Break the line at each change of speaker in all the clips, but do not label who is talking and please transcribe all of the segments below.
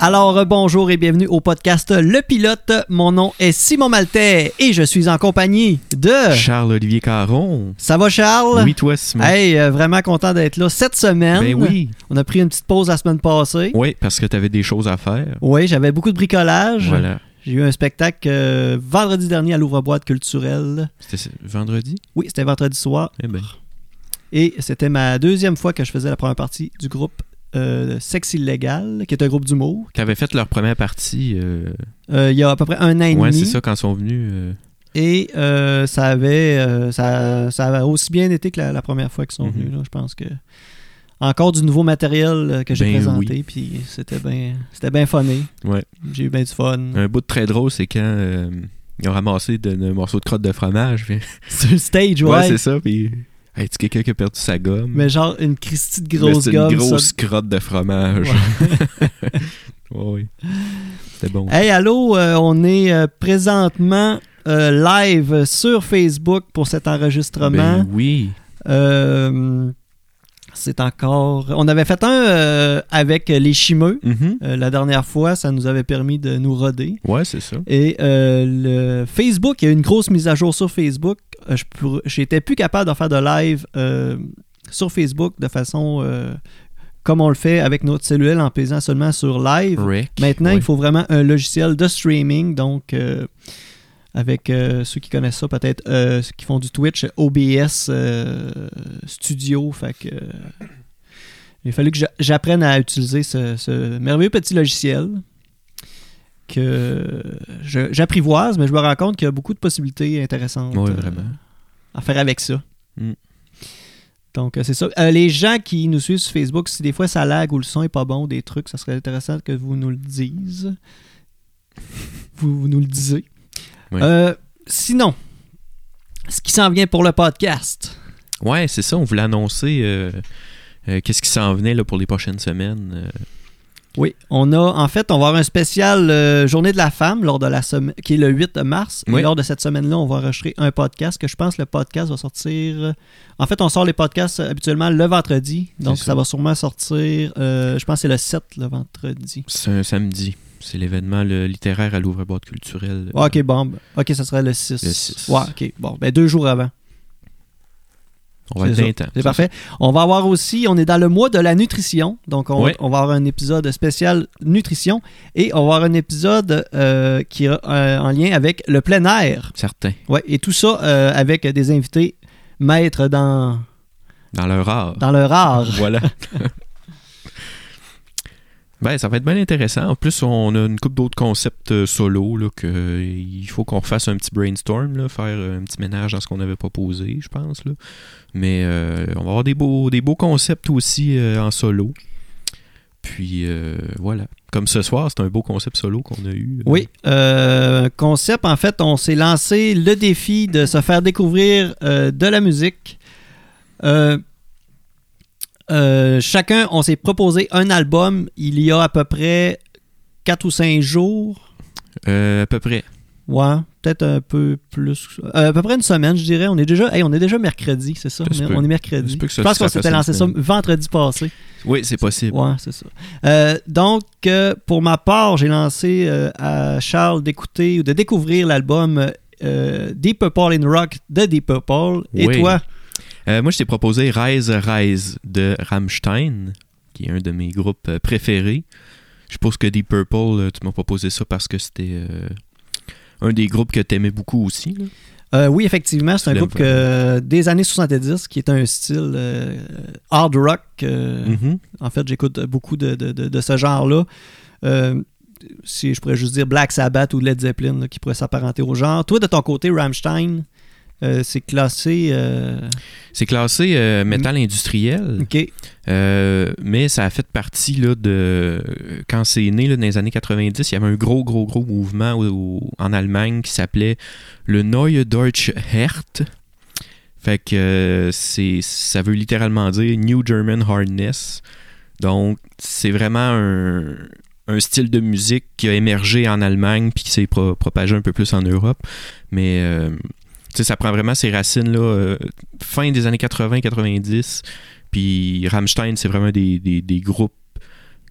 Alors euh, bonjour et bienvenue au podcast Le Pilote. Mon nom est Simon Maltais et je suis en compagnie de...
Charles-Olivier Caron.
Ça va Charles?
Oui, toi, Simon.
Hey, euh, vraiment content d'être là cette semaine.
ben oui.
On a pris une petite pause la semaine passée.
Oui, parce que t'avais des choses à faire.
Oui, j'avais beaucoup de bricolage.
Voilà.
J'ai eu un spectacle euh, vendredi dernier à l'ouvre-boîte culturelle.
C'était ce- vendredi?
Oui, c'était vendredi soir.
Eh ben.
Et c'était ma deuxième fois que je faisais la première partie du groupe euh, Sexe Illégal, qui est un groupe d'humour.
T'avais fait leur première partie. euh,
Euh, il y a à peu près un an et
Ouais,
demi.
c'est ça, quand ils sont venus. euh,
Et euh, ça, avait, euh, ça, ça avait aussi bien été que la, la première fois qu'ils sont
Mhm.
venus. là. Je pense que. Encore du nouveau matériel euh, que j'ai
Ben
présenté, puis c'était bien c'était bien funné.
Ouais.
J'ai eu bien du fun.
Un bout de très drôle, c'est quand euh, ils ont ramassé de, de morceaux de crotte de fromage. puis-
Sur le stage, ouais.
ouais, c'est ça. Puis, hey, tu quelqu'un qui a perdu sa gomme?
Mais genre une Christie de
Mais
grosse
Ben, c'est
gomme.
une grosse
ça.
crotte de fromage. Ouais, oui. C'était bon.
Hey, allô, euh, on est euh, présentement euh, live sur Facebook pour cet enregistrement.
Ben oui.
Euh, c'est encore. On avait fait un euh, avec les chimeux
Mhm.
euh, la dernière fois. Ça nous avait permis de nous roder.
Ouais, c'est ça.
Et euh, le Facebook, il y a eu une grosse mise à jour sur Facebook. Euh, je pour- J'étais plus capable de faire de live euh, sur Facebook de façon euh, comme on le fait avec notre cellule en pesant seulement sur live.
Rick.
Maintenant,
Ouais.
il faut vraiment un logiciel de streaming. Donc, euh, avec euh, ceux qui connaissent ça, peut-être euh, ceux qui font du Twitch, OBS euh, Studio. Fait que, euh, il a fallu que j'a- j'apprenne à utiliser ce, ce merveilleux petit logiciel que je- j'apprivoise, mais je me rends compte qu'il y a beaucoup de possibilités intéressantes
Ouais,
euh,
vraiment.
à faire avec ça.
Mm.
Donc, euh, c'est ça. Euh, les gens qui nous suivent sur Facebook, si des fois ça lag ou le son est pas bon, des trucs, ça serait intéressant que vous nous le disiez. Vous, vous nous le disiez.
Oui.
Euh, sinon, ce qui s'en vient pour le podcast.
Ouais, c'est ça. On voulait annoncer euh, euh, qu'est-ce qui s'en venait là, pour les prochaines semaines. euh.
Oui, on a en fait, on va avoir un spécial euh, Journée de la femme lors de la semaine qui est le 8 mars. Et
Oui.
lors de cette semaine-là, on va enregistrer un podcast que je pense le podcast va sortir. euh, En fait, on sort les podcasts euh, habituellement le vendredi, donc
C'est
ça.
ça.
va sûrement sortir. euh, je pense que c'est le 7 le vendredi.
c'est un samedi. C'est l'événement le littéraire à l'ouvre-boîte culturelle.
Ah, ok, bombe. Ok, ça serait le 6.
Le 6.
Ouais, ok. Bon, ben deux jours avant.
On va être
C'est
bien
ça.
temps.
C'est parfait. On va avoir aussi, on est dans le mois de la nutrition. Donc, on,
Ouais.
on va avoir un épisode spécial nutrition et on va avoir un épisode euh, qui est euh, en lien avec le plein air.
Certains.
Ouais, et tout ça euh, avec des invités maîtres dans,
Dans leur art.
dans leur art.
Voilà. ben, ça va être bien intéressant. En plus, on a une couple d'autres concepts euh, solo là, que euh, il faut qu'on fasse un petit brainstorm, là, faire euh, un petit ménage dans ce qu'on avait proposé, je pense. là. Mais euh, on va avoir des beaux, des beaux concepts aussi euh, en solo. Puis euh, voilà. Comme ce soir, c'est un beau concept solo qu'on a eu. euh.
Oui, euh, concept, en fait, on s'est lancé le défi de se faire découvrir euh, de la musique. Euh, euh, chacun, on s'est proposé un album il y a à peu près 4 ou 5 jours.
Euh, à peu près.
Ouais, peut-être un peu plus. euh, à peu près une semaine, je dirais. On est déjà, hey, on est déjà mercredi, c'est ça?
Ça se
on, est,
peut.
on est
Ça
mercredi.
se peut que
je
ça-
pense
ça
qu'on
fasse
s'était
une
lancé ça
semaine.
vendredi passé.
Oui, c'est possible.
Ouais, c'est ça. Euh, donc, euh, pour ma part, j'ai lancé euh, à Charles d'écouter ou de découvrir l'album euh, Deep Purple in Rock de Deep Purple. Et
Oui.
toi,
Euh, moi, je t'ai proposé Rise Rise de Rammstein, qui est un de mes groupes euh, préférés. Je pense que Deep Purple, euh, tu m'as proposé ça parce que c'était euh, un des groupes que t'aimais beaucoup aussi. là.
Euh, oui, effectivement, c'est un
Tu
groupe
l'aimes
que- des années 70 qui est un style euh, hard rock. euh,
Mhm.
En fait, j'écoute beaucoup de, de- de- de ce genre-là. Euh, si je pourrais juste dire Black Sabbath ou Led Zeppelin là, qui pourraient s'apparenter au genre. Toi, de ton côté, Rammstein, euh, c'est classé. euh,
C'est classé euh, métal industriel,
ok.
euh, mais ça a fait partie là, de. Quand c'est né là, dans les années 90, il y avait un gros, gros, gros mouvement au- au- en Allemagne qui s'appelait le Neue Deutsche Herd. Fait que euh, c'est, ça veut littéralement dire New German Hardness. Donc, c'est vraiment un, un style de musique qui a émergé en Allemagne puis qui s'est pro- propagé un peu plus en Europe. Mais euh, tu sais, ça prend vraiment ses racines là, euh, fin des années 80-90. Puis Rammstein, c'est vraiment des, des- des groupes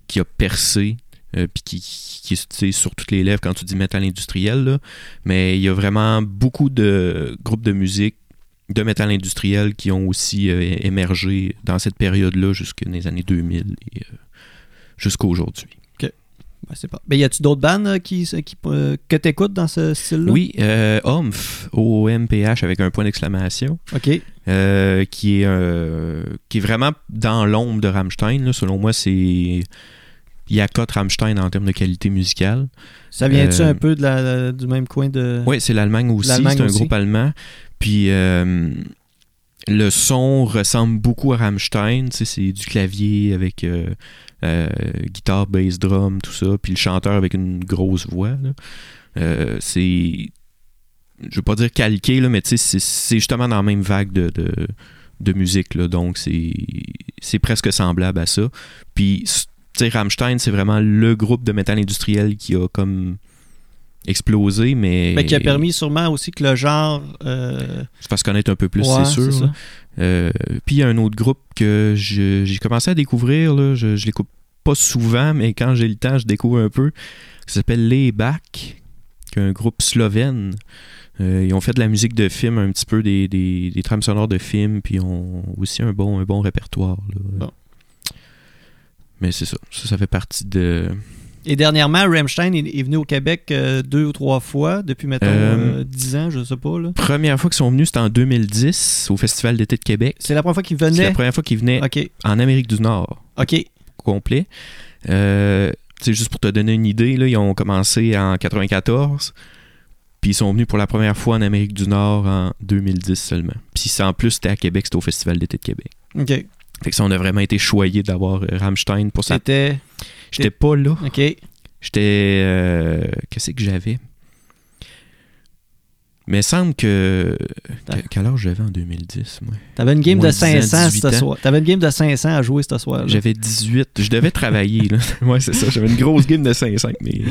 qui a percé. euh, puis qui, qui est sur toutes les lèvres quand tu dis métal industriel. là. Mais il y a vraiment beaucoup de groupes de musique de métal industriel qui ont aussi euh, émergé dans cette période-là jusque dans les années 2000 et euh, jusqu'à aujourd'hui.
Ben, c'est pas. Mais y a-tu d'autres bands euh, qui, qui, euh, que t'écoutes dans ce style-là?
Oui, euh, OMPH, O-M-P-H avec un point d'exclamation,
OK.
euh, qui, est, euh, qui est vraiment dans l'ombre de Rammstein. là. Selon moi, c'est Yakot Rammstein en termes de qualité musicale.
Ça vient-tu
Euh,
un peu de la, du même coin de.
Oui, c'est l'Allemagne aussi, c'est
L'Allemagne
un
aussi.
groupe allemand. Puis euh, le son ressemble beaucoup à Rammstein, tu sais, c'est du clavier avec euh, euh, guitare, bass, drum, tout ça, puis le chanteur avec une grosse voix. là. Euh, c'est, je veux pas dire calqué, là, mais tu sais, c'est c'est justement dans la même vague de, de, de musique, là, donc c'est c'est presque semblable à ça. Puis, tu sais, Rammstein, c'est vraiment le groupe de métal industriel qui a comme explosé, mais...
Mais qui a permis sûrement aussi que le genre. euh,
se fasse connaître un peu plus,
ouais,
c'est sûr.
ça.
là. Euh, puis il y a un autre groupe que je- j'ai commencé à découvrir, là. je ne l'écoute pas souvent, mais quand j'ai le temps, je découvre un peu. Ça s'appelle Les Bacs, qui est un groupe slovène. Euh, ils ont fait de la musique de film, un petit peu des, des, des trames sonores de films, puis ils ont aussi un bon, un bon répertoire. là.
Bon.
Mais c'est ça. ça, ça fait partie de...
Et dernièrement, Rammstein est, est venu au Québec euh, deux ou trois fois depuis, mettons,
Euh,
euh, dix ans, je sais pas. là.
Première fois qu'ils sont venus, c'était en 2010, au Festival d'été de Québec.
C'est la première fois qu'il
C'est la
venait.
première fois qu'ils venaient
Ok,
en Amérique du Nord.
ok.
complet. Euh, tu sais, juste pour te donner une idée, là, ils ont commencé en 94, puis ils sont venus pour la première fois en Amérique du Nord en 2010 seulement. Puis ça, en plus, c'était à Québec, c'était au Festival d'été de Québec.
Ok.
Fait que ça, on a vraiment été choyés d'avoir euh, Rammstein pour ça.
C'était.
J'étais pas là.
Ok.
J'étais. euh, Qu'est-ce que j'avais Mais il semble que. que- Quel âge j'avais en 2010, moi
T'avais une game de
Moins 10 ans,
500
18
ce
ans.
soir. T'avais une game de 500 à jouer ce soir.
J'avais 18. Je devais travailler, là. Ah, Ouais, c'est ça. J'avais une grosse game de 5-5 avec mes,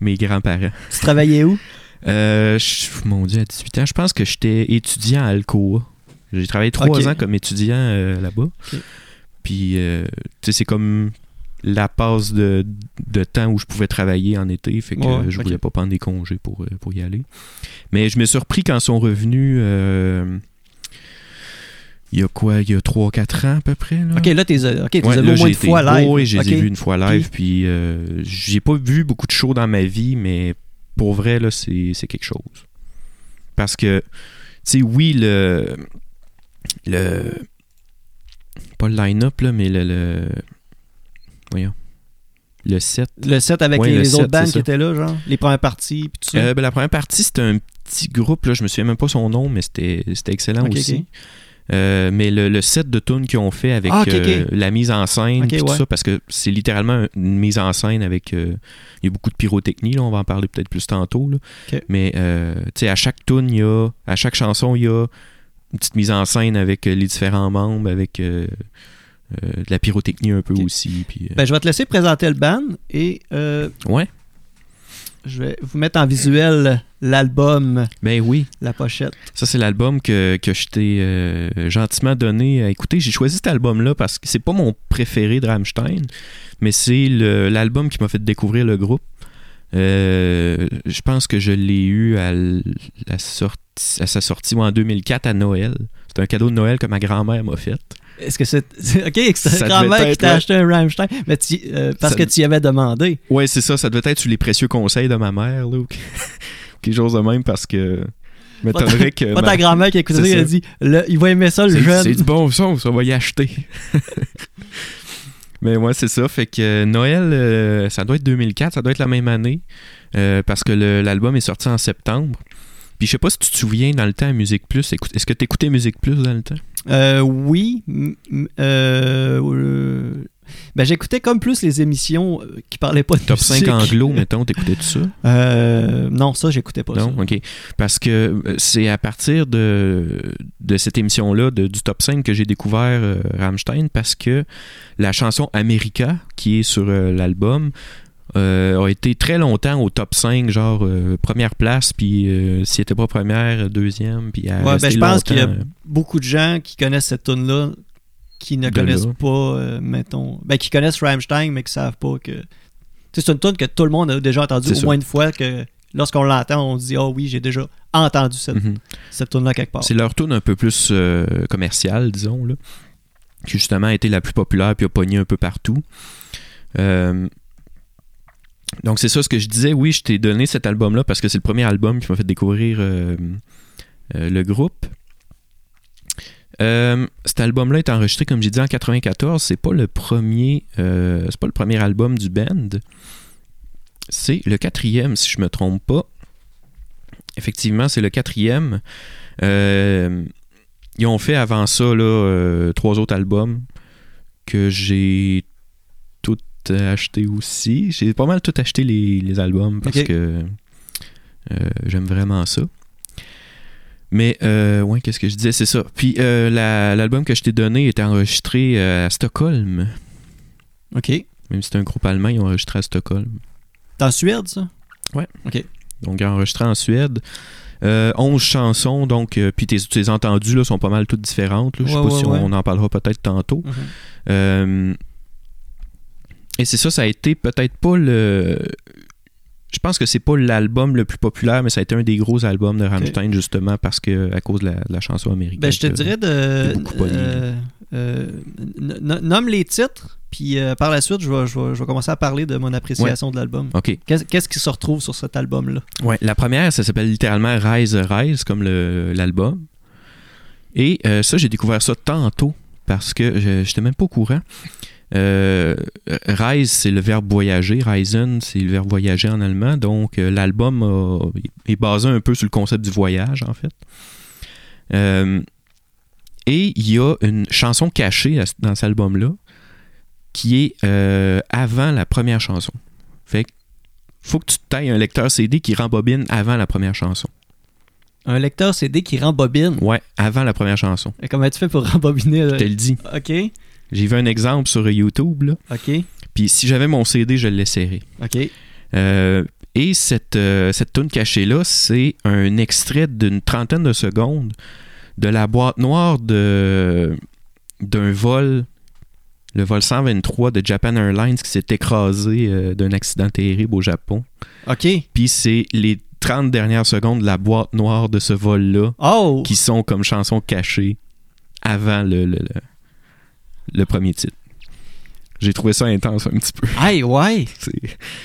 mes grands-parents.
Tu travaillais où
Euh, je- mon Dieu, à 18 ans, je pense que j'étais étudiant à Alcoa. J'ai travaillé trois
Ok.
ans comme étudiant euh, là-bas.
Ok.
Puis, euh, tu sais, c'est comme la passe de, de temps où je pouvais travailler en été, fait que
Ouais,
euh, je
ok.
voulais pas prendre des congés pour, euh, pour y aller. Mais je me suis surpris quand ils sont revenus euh, il y a quoi, il y a 3-4 ans à peu près. Là.
Ok, là, t'es. euh, Ok, tu les
Ouais,
as vus
là,
au moins
j'ai
une
été-
fois live.
Oui, j'ai
Ok.
vu une fois live. Puis, euh, j'ai pas vu beaucoup de shows dans ma vie, mais pour vrai, là, c'est c'est quelque chose. Parce que, tu sais, oui, le. Le. Pas le line-up, là, mais le. le- voyons. Le set.
Le set avec
Ouais,
les,
le
les autres
set,
bands
c'est
qui
ça.
étaient là, genre. Les premières parties, puis tout ça.
Euh, ben, la première partie, c'était un petit groupe, là, je me souviens même pas son nom, mais c'était c'était excellent
Ok,
aussi.
ok.
Euh, mais le, le set de tunes qu'ils ont fait avec
Ah, ok, ok.
euh, la mise en scène,
Ok,
puis tout
ouais.
ça, parce que c'est littéralement une mise en scène avec. euh, Il y a beaucoup de pyrotechnie, là, on va en parler peut-être plus tantôt. là.
Ok.
Mais euh, tu sais, à chaque tune, il y a. À chaque chanson, il y a une petite mise en scène avec euh, les différents membres, avec euh, euh, de la pyrotechnie un peu
Ok.
aussi. Puis, euh,
Ben, je vais te laisser présenter le band et euh,
ouais,
je vais vous mettre en visuel l'album,
ben oui.
la pochette.
Ça, c'est l'album que, que je t'ai euh, gentiment donné à écouter. J'ai choisi cet album-là parce que c'est pas mon préféré de Rammstein, mais c'est le- l'album qui m'a fait découvrir le groupe. Euh, je pense que je l'ai eu à, l- la sortie, à sa sortie ou en 2004 à Noël. C'est un cadeau de Noël que ma grand-mère m'a fait.
Est-ce que c'est. c'est- Ok, c'est
Ça
ta grand-mère
devait
qui
être,
t'a
ouais.
acheté un Rammstein, mais tu- euh, parce
Ça-
que tu y avais demandé.
Ouais, c'est ça. Ça devait être sur les précieux conseils de ma mère là, ou que- quelque chose de même parce que je
Pas ta-
m'étonnerais que.
Pas
ma-
ta grand-mère qui a écouté,
Eh ben, C'est
elle a
ça.
dit le- il va aimer ça le
C'est-
jeune.
C'est du bon son, ça on va y acheter. Mais ouais, c'est ça. Fait que euh, Noël, euh, ça doit être 2004, ça doit être la même année, euh, parce que le- l'album est sorti en septembre. Puis je sais pas si tu te souviens dans le temps à Musique Plus. écoute- Est-ce que t'écoutais Musique Plus dans le temps
Euh, oui. m- m- euh, euh, ben, j'écoutais comme plus les émissions euh, qui parlaient pas de
Top
musique.
5 anglo, mettons, t'écoutais tout ça
Euh, non, ça, j'écoutais pas
Non, ok. Parce que euh, c'est à partir de, de cette émission-là, de- du top 5, que j'ai découvert euh, Rammstein parce que la chanson America, qui est sur euh, l'album, euh, a été très longtemps au top 5, genre euh, première place, puis euh, si elle n'était pas première, deuxième, puis elle
Ouais, ben,
restait
je pense
longtemps,
qu'il y a
euh,
ça. Beaucoup de gens qui connaissent cette tune là qui ne
De
connaissent
là.
pas, euh, mettons. Ben, qui connaissent Rammstein, mais qui savent pas que Tu sais, C'est une tune que tout le monde a déjà entendue au
C'est
moins une fois que lorsqu'on l'entend, on se dit Oh oui, j'ai déjà entendu cette,
Mhm.
cette tune-là quelque part.
C'est leur tune un peu plus euh, commerciale, disons, là, qui justement a été la plus populaire puis a pogné un peu partout. Euh, donc c'est ça ce que je disais. Oui, je t'ai donné cet album-là parce que c'est le premier album qui m'a fait découvrir euh, euh, le groupe. Euh, cet album-là est enregistré, comme j'ai dit, en 94. C'est pas le premier, euh, c'est pas le premier album du band. C'est le quatrième, si je me trompe pas. Effectivement, c'est le quatrième. Euh, ils ont fait avant ça là, euh, trois autres albums que j'ai tout acheté aussi. J'ai pas mal tout acheté les, les albums parce
Ok.
que euh, j'aime vraiment ça. Mais euh, ouais, qu'est-ce que je disais, c'est ça. Puis euh, la- l'album que je t'ai donné était enregistré euh, à Stockholm.
OK.
Même si c'est un groupe allemand, ils ont enregistré à Stockholm.
Dans Suède, ça
Donc, enregistré en Suède. Euh, 11 chansons, donc, euh, puis tes, tes entendus là, sont pas mal toutes différentes. là. Je sais
Ouais,
pas
ouais,
si
ouais.
on en parlera peut-être tantôt.
Mhm.
Euh, et c'est ça, ça a été peut-être pas le. Je pense que c'est pas l'album le plus populaire, mais ça a été un des gros albums de Rammstein, justement, parce que à cause de la, de la chanson américaine.
Ben, je te
que-
dirais de.
j'ai beaucoup pas lié.
euh, euh, n- n- nomme les titres, puis euh, par la suite, je vais, je vais- je vais commencer à parler de mon appréciation de l'album.
OK.
Qu'est-ce qu'est-ce qui se retrouve sur cet album-là
Ouais, la première, ça s'appelle littéralement Rise, Rise, comme le- l'album. Et euh, ça, j'ai découvert ça tantôt parce que je n'étais même pas au courant. Euh, Rise, c'est le verbe voyager. Reisen, c'est le verbe voyager en allemand. Donc, euh, l'album a- est basé un peu sur le concept du voyage, en fait. Euh, et il y a une chanson cachée à- dans cet album-là qui est euh, avant la première chanson. Fait que faut que tu te tailles un lecteur CD qui rembobine avant la première chanson.
Un lecteur CD qui rembobine.
Ouais, avant la première chanson.
Et Comment tu fais pour rembobiner
Je te
euh,
le dis.
Ok,
J'ai vu un exemple sur YouTube, là.
ok,
Puis si j'avais mon CD, je l'essayerais.
ok.
Euh, et cette, euh, cette toune cachée-là, c'est un extrait d'une trentaine de secondes de la boîte noire de d'un vol, le vol 123 de Japan Airlines qui s'est écrasé euh, d'un accident terrible au Japon.
Ok.
Puis c'est les 30 dernières secondes de la boîte noire de ce vol-là
Oh
qui sont comme chansons cachées avant le, le, le- le premier titre. J'ai trouvé ça intense un petit peu.
Aïe, ouais
C'est-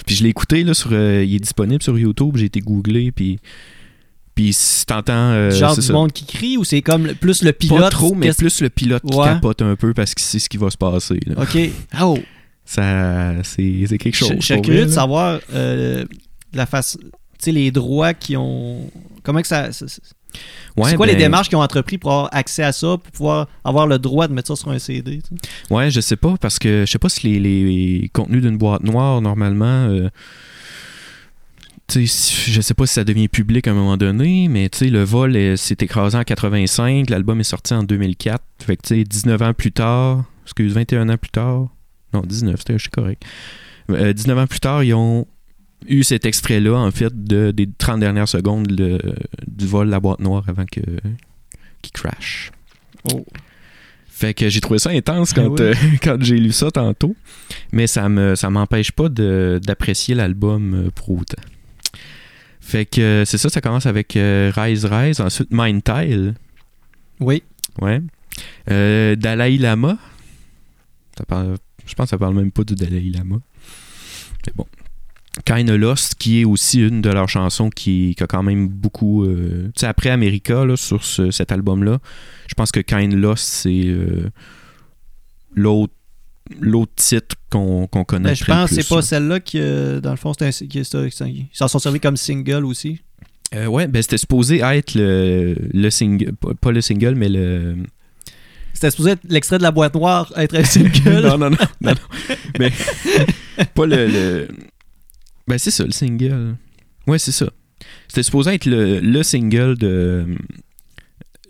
Puis je l'ai écouté, là, sur, euh, il est disponible sur YouTube, j'ai été googlé, puis, puis si t'entends... euh,
Genre
c'est
du
ça.
monde qui crie ou c'est comme le- plus le pilote
Pas trop, mais
qu'est-ce-
plus le pilote qui
Ouais.
capote un peu parce qu'il sait ce qui va se passer. là.
Ok. Oh
Ça, c'est c'est quelque chose.
Je je serais
pour
curieux
vrai, là.
de savoir euh, la face. Tu sais, les droits qui ont. Comment que ça. ça- ça-
Ouais,
c'est quoi les
ben,
démarches qu'ils ont entrepris pour avoir accès à ça, pour pouvoir avoir le droit de mettre ça sur un CD tu sais?
Ouais, je sais pas, parce que je sais pas si les, les contenus d'une boîte noire, normalement, euh, tu sais, si- je sais pas si ça devient public à un moment donné, mais tu sais, le vol euh, s'est écrasé en 85, l'album est sorti en 2004, fait que tu sais, 19 ans plus tard, excuse, 21 ans plus tard, non, 19, c'était- je suis correct. Euh, 19 ans plus tard, ils ont eu cet extrait-là, en fait, de, des 30 dernières secondes le- du vol de la boîte noire avant que qu'il crash.
Oh.
Fait que j'ai trouvé ça intense
Ah
quand,
oui.
euh, quand j'ai lu ça tantôt. Mais ça me ça m'empêche pas de- d'apprécier l'album euh, pour autant. Fait que euh, c'est ça, ça commence avec euh, Rise Rise, ensuite Mind Tile,
Oui.
ouais. Euh, Dalai Lama. Ça parle- je pense que ça parle même pas du Dalai Lama. Mais bon. Kinda Lost, qui est aussi une de leurs chansons qui, qui a quand même beaucoup. euh, tu sais, après America, là, sur ce- cet album-là, je pense que Kind Lost, c'est euh, l'autre l'autre titre qu'on qu'on connaît.
Ben, je
très
pense que
plus,
c'est pas
là.
celle-là qui, euh, dans le fond, c'est un, qui, c'est un- c'est un- ils s'en sont servis comme single aussi.
Euh, ouais, ben c'était supposé être le, le single, pas- pas le single, mais le.
C'était supposé être l'extrait de la boîte noire être un single.
non, non, non, non, non. Mais pas le. le- Ben c'est ça, le single. Ouais, c'est ça. C'était supposé être le, le single de,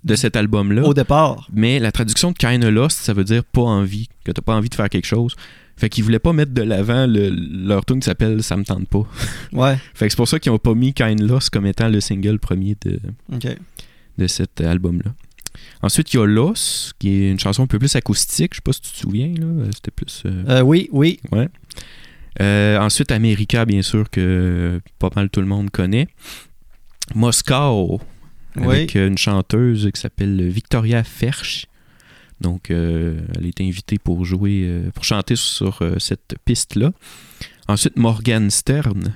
de cet album-là.
Au départ.
Mais la traduction de kinda lost, ça veut dire pas envie, que t'as pas envie de faire quelque chose. Fait qu'ils voulaient pas mettre de l'avant le- leur tune qui s'appelle Ça me tente pas.
Ouais.
Fait que c'est pour ça qu'ils ont pas mis kinda lost comme étant le single premier de,
OK.
de cet album-là. Ensuite, il y a Los, qui est une chanson un peu plus acoustique. Je sais pas si tu te souviens, là. C'était plus. euh,
Euh, oui, oui.
Ouais. Euh, ensuite, America, bien sûr, que pas mal tout le monde connaît. Moscow, avec euh, une chanteuse qui s'appelle Victoria Ferch. Donc, euh, elle est invitée pour jouer, euh, pour chanter sur, euh, cette piste-là. Ensuite, Morgan Stern,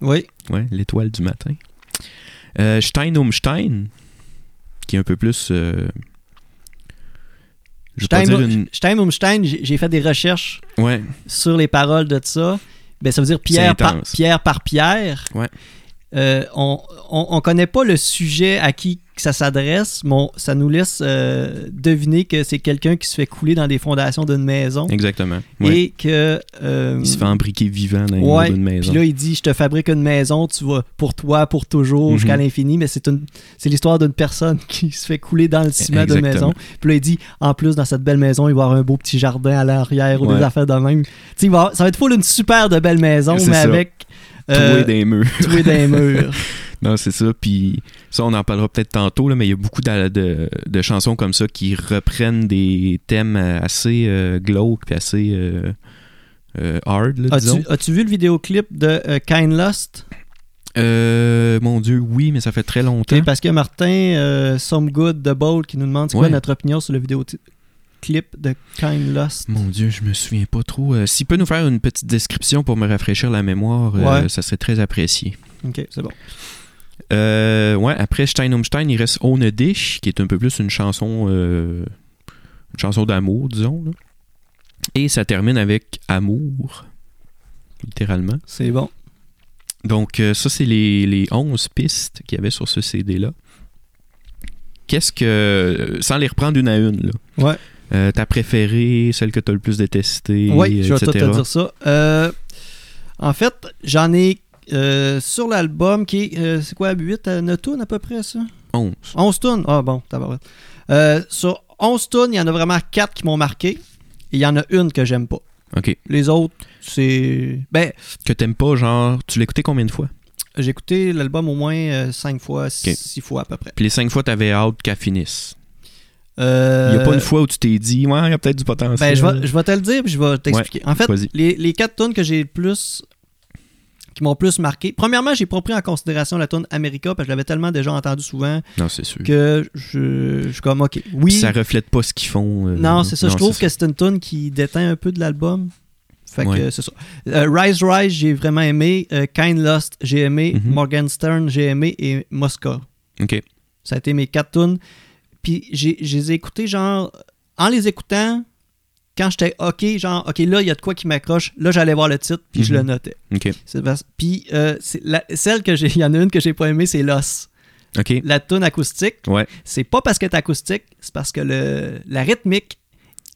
Oui.
ouais, l'étoile du matin. Euh, Stein um Stein, qui est un peu plus. euh, je veux pas
Stein,
dire une-
Stein um Stein, j'ai j'ai fait des recherches
Ouais,
sur les paroles de ça. Ben, ça veut dire pierre
C'est
par
intense.
pierre. Par pierre.
Ouais.
Euh, on, on, on connaît pas le sujet à qui que ça s'adresse, mais on- ça nous laisse euh, deviner que c'est quelqu'un qui se fait couler dans des fondations d'une maison
exactement. Ouais.
et que euh,
Il se fait embriquer vivant dans les
Ouais,
murs d'une maison.
Puis là, il dit Je te fabrique une maison, tu vas pour toi, pour toujours,
Mhm.
jusqu'à l'infini. Mais c'est une- c'est l'histoire d'une personne qui se fait couler dans le ciment d'une
Exactement.
maison. Puis là, il dit En plus, dans cette belle maison, il va y avoir un beau petit jardin à l'arrière ou
Ouais.
des affaires de même. Tu sais, il va avoir- ça va être full une super de belle maison, mais
C'est ça.
avec.
Troué
euh,
des murs.
troué d'un mur.
Non, c'est ça. Puis ça, on en parlera peut-être tantôt, là, mais il y a beaucoup d'a- de, de chansons comme ça qui reprennent des thèmes euh, assez euh, glauques puis assez euh, euh, hard, là, disons.
As-tu as-tu vu le vidéoclip de euh, Kind Lost
Euh, mon Dieu, oui, mais ça fait très longtemps.
Ok, Parce que Martin, euh, Some Good de Bold, qui nous demande c'est
Ouais.
quoi notre opinion sur le vidéoclip de Kind Lost
Mon Dieu, je me souviens pas trop. Euh, S'il peut nous faire une petite description pour me rafraîchir la mémoire, euh,
Ouais.
ça serait très apprécié.
Ok, c'est bon.
Euh, ouais, après Stein um Stein, il reste On a Dish, qui est un peu plus une chanson, euh, une chanson d'amour, disons. là. Et ça termine avec Amour, littéralement.
C'est bon.
Donc, euh, ça, c'est les, les 11 pistes qu'il y avait sur ce CD-là. Qu'est-ce que. euh, Sans les reprendre une à une, là.
Ouais.
Euh, ta préférée, celle que tu as le plus détestée,
Oui,
euh,
je vais tout
etc.
te dire ça. Euh, en fait, j'en ai euh, sur l'album qui est, euh, c'est quoi, 8 à 9 tunes à peu près, ça
11.
11 tunes Ah bon, tabarouette. Euh, sur 11 tunes, il y en a vraiment 4 qui m'ont marqué. Et il y en a une que j'aime pas.
OK.
Les autres, c'est. Ben,
Que t'aimes pas, genre, tu l'écoutais combien de fois?
j'ai écouté l'album au moins 5 fois, 6 fois à peu près.
Puis les cinq fois, t'avais hâte qu'elle finisse. Il
Euh,
n'y a pas une fois où tu t'es dit, ouais, il y a peut-être du potentiel.
Ben, je vais, je vais te le dire puis je vais t'expliquer. en fait,
vas-y.
les, les quatre tonnes que j'ai le plus. qui m'ont le plus marqué. Premièrement, j'ai pas pris en considération la tonne America parce que je l'avais tellement déjà entendue souvent
Non, c'est sûr.
que je, je suis comme, ok.
Puis
Oui.
ça reflète pas ce qu'ils font. euh,
non, c'est ça. je trouve
c'est
que c'est une tonne qui déteint un peu de l'album. Fait que
Ouais.
euh, c'est ça. Euh, Rise Rise, j'ai vraiment aimé. Euh, kind Lost, j'ai aimé.
Mhm.
Morgan Stern, j'ai aimé. Et Mosca.
ça. OK.
Ça a été mes quatre tunes. Puis j'ai je les ai écoutées, genre, en les écoutant, quand j'étais OK, genre, OK, là, il y a de quoi qui m'accroche. Là, j'allais voir le titre, puis je
Mhm.
le notais.
OK.
C'est parce- Puis euh, c'est la- celle que j'ai, il y en a une que j'ai pas aimée, c'est Los.
OK.
La tune acoustique,
Ouais.
c'est pas parce que t'es acoustique, c'est parce que le, la rythmique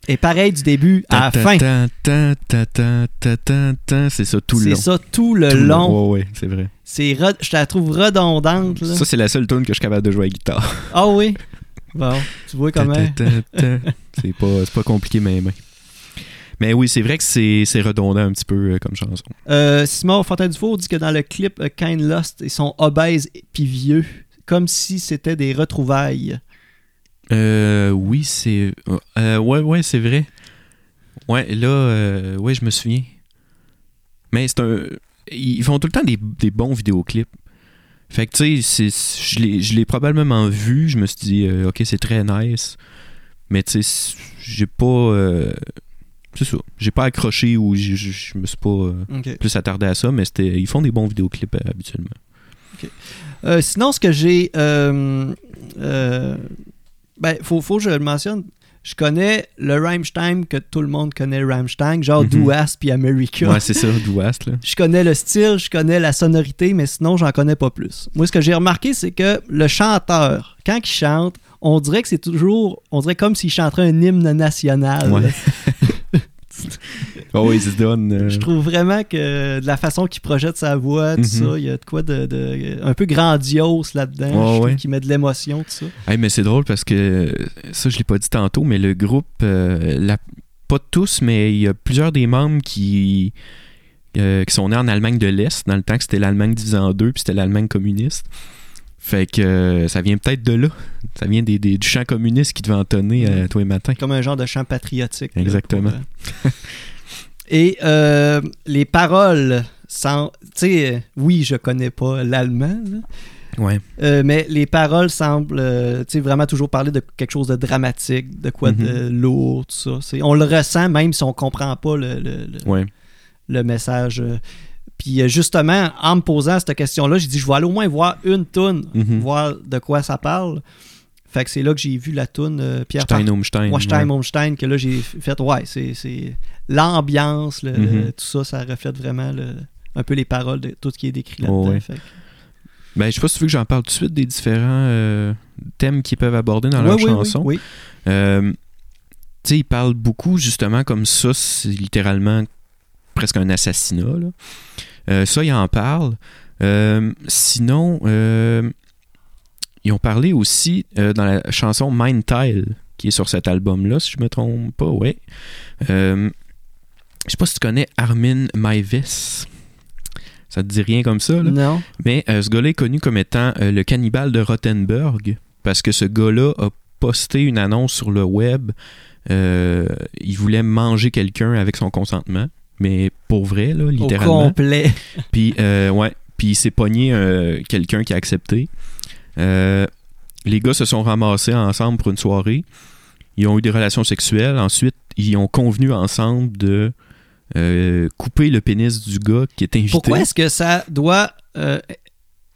est pareille du début à la
Ta-
fin.
ta- ta- ta- ta- ta- ta- ta, C'est ça tout le
C'est
long.
ça tout le
Tout le
long.
Ouais, ouais, c'est vrai.
C'est re- je la trouve redondante. là.
Ça, c'est la seule tune que je suis capable de jouer à la guitare.
Ah oui. Bon, tu vois
Ta-
comment.
ta- ta- ta. C'est pas, c'est pas compliqué, mes mains. Mais oui, c'est vrai que c'est c'est redondant un petit peu euh, comme chanson.
Euh, Simon Fontaine-Dufour dit que dans le clip euh, Kind Lost, ils sont obèses et puis vieux, comme si c'était des retrouvailles.
Euh, oui, c'est. euh, ouais, ouais, c'est vrai. Ouais, là, euh, ouais, je me souviens. Mais c'est un. Ils font tout le temps des, des bons vidéoclips. Fait que, tu sais, c'est- je l'ai- je l'ai probablement vu. Je me suis dit, euh, ok, c'est très nice. Mais, tu sais, c'est- j'ai pas. euh, c'est ça. J'ai pas accroché ou je- je je me suis pas euh, plus attardé à ça. Mais c'était ils font des bons vidéoclips euh, habituellement.
Euh, sinon, ce que j'ai. euh, euh, ben, faut, faut que je le mentionne. Je connais le Rammstein que tout le monde connaît, Rammstein, genre
Mhm.
Do Ass puis America.
Ouais, c'est ça, Douast, là.
Je connais le style, je connais la sonorité, mais sinon, j'en connais pas plus. Moi, ce que j'ai remarqué, c'est que le chanteur, quand il chante, on dirait que c'est toujours. On dirait comme s'il chanterait un hymne national.
Ouais. Oh, ils se donnent. euh,
Je trouve vraiment que de la façon qu'il projette sa voix, tout
Mhm.
ça, il y a de quoi de, de- un peu grandiose là-dedans,
Ouais,
je trouve
ouais.
qui met de l'émotion, tout ça.
Hey, mais c'est drôle parce que ça, je l'ai pas dit tantôt, mais le groupe, euh, la- pas tous, mais il y a plusieurs des membres qui, euh, qui sont nés en Allemagne de l'Est, dans le temps que c'était l'Allemagne divisée en deux, puis c'était l'Allemagne communiste. Fait que euh, ça vient peut-être de là. Ça vient des, des- du chant communiste qui devait entonner euh, tous les matins.
Comme un genre de chant patriotique. là,
Exactement.
pour, euh. Et euh, les paroles, sans, tu sais, euh, oui, je connais pas l'allemand, là,
Ouais.
euh, mais les paroles semblent, euh, tu sais, vraiment toujours parler de quelque chose de dramatique, de quoi de
Mhm.
lourd, tout ça. C'est- on le ressent même si on comprend pas le, le- le-
Ouais.
le message. euh. Puis euh, justement, en me posant cette question-là, j'ai dit, je vais aller au moins voir une toune,
Mhm.
voir de quoi ça parle. Fait que c'est là que j'ai vu la toune euh, Pierre
Stein um Stein.
Washington
ouais.
Homestein, que là j'ai fait, ouais, c'est c'est l'ambiance, le- le-
Mhm.
tout ça, ça reflète vraiment le- un peu les paroles de tout ce qui est décrit
Oh,
là-dedans.
ouais.
Fait que-
Ben, je sais pas si tu veux que j'en parle tout de suite des différents euh, thèmes qu'ils peuvent aborder dans
Ouais,
leurs
oui, oui,
chansons.
oui.
Euh, tu sais, il parle beaucoup justement comme ça, c'est littéralement presque un assassinat. là. Euh, ça, il en parle. Euh, sinon, euh, ils ont parlé aussi euh, dans la chanson Mind Tile, qui est sur cet album-là, si je me trompe pas, ouais. Euh, je sais pas si tu connais Armin Maivis. Ça te dit rien comme ça, là?
Non.
Mais euh, ce gars-là est connu comme étant euh, le cannibale de Rottenburg parce que ce gars-là a posté une annonce sur le web. Euh, il voulait manger quelqu'un avec son consentement, mais pour vrai, là,
Au
littéralement.
complet.
Puis, euh, ouais, puis il s'est pogné euh, quelqu'un qui a accepté. Euh, les gars se sont ramassés ensemble pour une soirée. Ils ont eu des relations sexuelles. Ensuite, ils ont convenu ensemble de euh, couper le pénis du gars qui est invité.
Pourquoi est-ce que ça doit euh,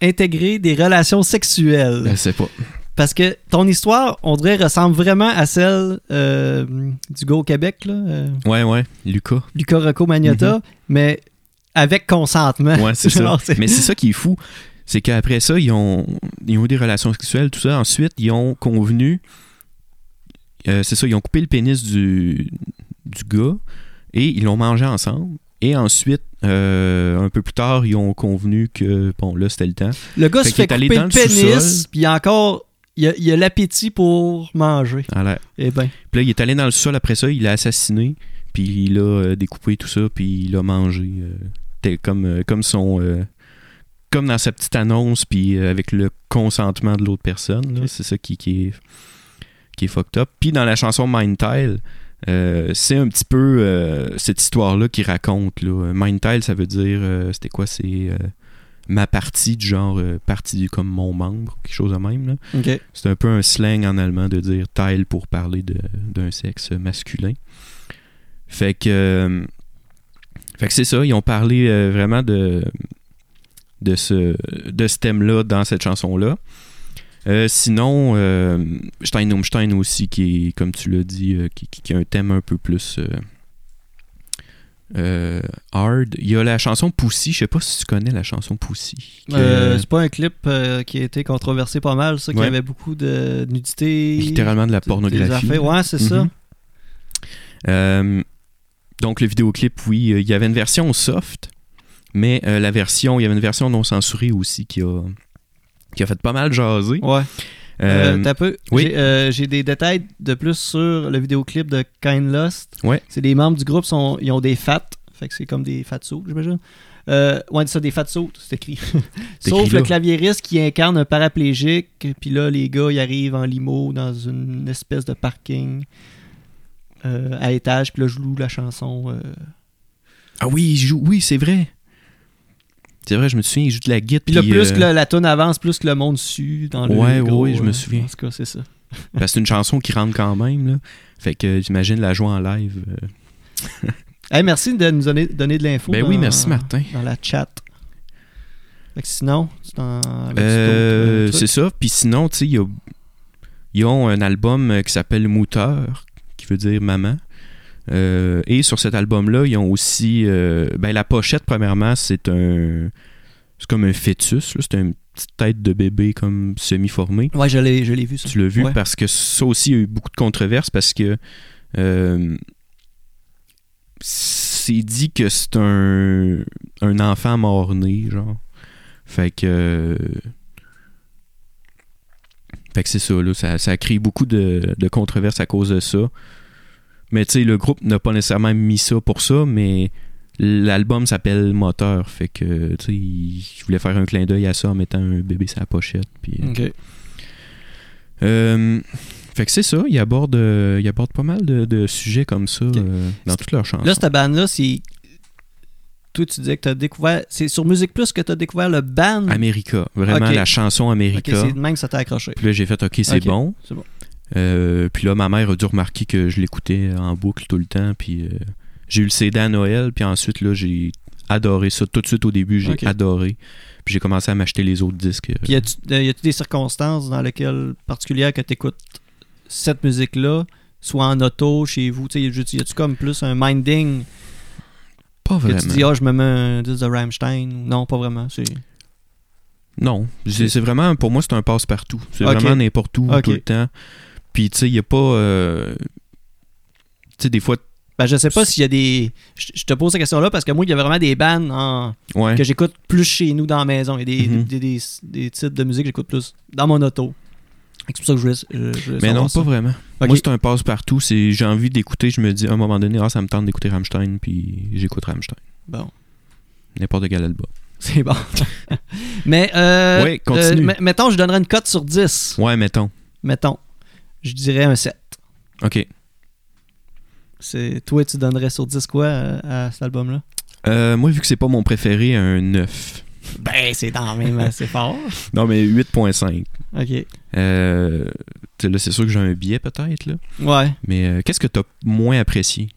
intégrer des relations
Je
sexuelles?
sais Euh, pas.
Parce que ton histoire, on dirait, ressemble vraiment à celle euh, du gars au Québec, là, euh,
Ouais, ouais, Lucas.
Lucas Rocco Magnota, mais avec consentement.
Mhm. Ouais, c'est ça.
Genre, c'est-
Mais c'est ça qui est fou. C'est qu'après ça, ils ont, ils ont eu des relations sexuelles, tout ça. Ensuite, ils ont convenu. euh, c'est ça, ils ont coupé le pénis du, du gars et ils l'ont mangé ensemble. Et ensuite, euh, un peu plus tard, ils ont convenu que, bon, là, c'était le temps.
Le gars
Fait
se
qu'il
fait
est allé
couper
dans
le
le
pénis,
sous-sol.
puis il a encore, il a- il a l'appétit pour manger.
Alors,
Eh ben,
puis là, il est allé dans le sol après ça, il l'a assassiné, puis il a euh, découpé tout ça, puis il l'a mangé. euh, tel- comme, euh, comme son. euh, comme dans sa petite annonce, puis euh, avec le consentement de l'autre personne. là.
Ok.
C'est ça qui, qui est, qui est fucked up. Puis dans la chanson Mind Tile, euh, c'est un petit peu euh, cette histoire-là qu'il raconte. Là. Euh, Mind Tile, ça veut dire. euh, C'était quoi C'est. euh, ma partie, du genre euh, partie comme mon membre, quelque chose de même. Là.
ok.
C'est un peu un slang en allemand de dire Teil pour parler de- d'un sexe masculin. Fait que, euh, fait que c'est ça, ils ont parlé euh, vraiment de, de ce, de ce thème-là dans cette chanson-là. Euh, sinon, euh, Stein um Stein aussi, qui est, comme tu l'as dit, euh, qui, qui- qui a un thème un peu plus euh, euh, hard. Il y a la chanson Poussy, je sais pas si tu connais la chanson Poussy. que-
Euh, c'est pas un clip euh, qui a été controversé pas mal, ça, qui
Ouais.
avait beaucoup de nudité.
littéralement de la
Euh, des- des
pornographie.
affaires. Ouais, c'est ça.
Mhm. Euh, donc le vidéoclip, oui, euh, il y avait une version soft, mais euh, la version, il y avait une version non censurée aussi qui a, qui a fait pas mal jaser.
Ouais.
Euh,
Euh, t'as peu.
oui.
J'ai, euh, j'ai des détails de plus sur le vidéoclip de Kind Lost.
Ouais.
C'est des membres du groupe, sont, ils ont des fats. Fait que c'est comme des fat suits, j'imagine. Euh, ouais, ça, des fat suits, c'est écrit. Sauf
écrit
le
là.
claviériste qui incarne un paraplégique. Puis là, les gars, ils arrivent en limo dans une espèce de parking euh, à étage. Puis là, je loue la chanson. euh.
ah oui, il joue, oui, c'est vrai. C'est vrai, je me souviens, il joue de la guitare.
Puis là, plus
euh,
que la, la tonne avance, plus que le monde sue dans le
Ouais,
gros,
ouais, je me
euh,
souviens.
En tout cas, c'est ça.
parce que c'est une chanson qui rentre quand même. Là. Fait que euh, j'imagine la jouer en live. euh.
Hey, merci de nous donner, donner de l'info.
Ben
dans-
oui, merci Martin.
Dans la chat. Fait que sinon, c'est dans.
Euh, c'est ça. Puis sinon, tu sais, il y a- ils ont un album euh, qui s'appelle Mouteur, qui veut dire maman. Euh, et sur cet album-là, ils ont aussi. euh, ben, la pochette, premièrement, c'est un. C'est comme un fœtus, là. c'est une petite tête de bébé comme semi-formée.
Ouais, je l'ai, je l'ai vu ça.
Tu l'as vu
Ouais.
parce que ça aussi, il y a eu beaucoup de controverses parce que euh, c'est dit que c'est un, un enfant mort-né, genre. Fait que. euh, Fait que c'est ça, là. Ça, ça crée beaucoup de, de controverses à cause de ça. Mais tu sais, le groupe n'a pas nécessairement mis ça pour ça, mais l'album s'appelle Moteur. Fait que, tu sais, il il voulait faire un clin d'œil à ça en mettant un bébé sur la pochette. Puis, euh,
Ok.
euh, Fait que c'est ça, ils abordent, euh, ils abordent pas mal de, de sujets comme ça euh, dans toutes leurs chansons.
Là, cette band-là, c'est. Toi, tu disais que tu as découvert. C'est sur Musique Plus que tu as découvert le band.
America, vraiment
Ok.
la chanson
Ok,
America.
c'est de même que ça t'a accroché.
puis là, j'ai fait OK, c'est
Ok.
bon.
C'est bon.
Euh, puis là, ma mère a dû remarquer que je l'écoutais en boucle tout le temps. Puis euh, j'ai eu le CD à Noël. Puis ensuite, là, j'ai adoré ça. Tout de suite au début, j'ai
Ok.
adoré. Puis j'ai commencé à m'acheter les autres disques.
Puis y a-tu euh, y a-tu des circonstances dans lesquelles particulières que tu écoutes cette musique-là, soit en auto, chez vous tu sais, Y a- y a-tu comme plus un minding
Pas
que
vraiment.
tu dis, ah, je me mets un disque de Rammstein Non, pas vraiment. C'est
Non, c'est c'est vraiment, pour moi, c'est un passe-partout. C'est
Ok.
vraiment n'importe où,
Ok.
tout le temps. Puis, tu sais, il n'y a pas. euh, Tu sais, des fois.
Ben, je sais pas s'il y a des. Je je te pose cette question-là parce que moi, il y a vraiment des bands en-
Ouais.
que j'écoute plus chez nous dans la maison. Il y a des,
Mhm.
des, des, des types de musique que j'écoute plus dans mon auto. C'est pour ça que je voulais. je- je voulais
Mais non,
savoir ça.
pas vraiment.
Ok.
Moi, c'est un passe-partout. C'est j'ai envie d'écouter. Je me dis, à un moment donné, ah, ça me tente d'écouter Rammstein, puis j'écoute Rammstein.
Bon,
N'importe quel album.
c'est bon. mais. Euh,
Ouais, continue.
euh, m- mettons, je donnerais une cote sur 10.
Ouais, mettons.
Mettons. Je dirais un 7.
OK.
C'est... Toi, tu donnerais sur 10 quoi à, à cet album-là
Euh, moi, vu que c'est pas mon préféré, un 9.
Ben, c'est quand même assez fort.
Non, mais 8.5.
Ok.
Euh, tu sais, là, c'est sûr que j'ai un billet peut-être, là.
Ouais.
Mais euh, qu'est-ce que t'as moins apprécié?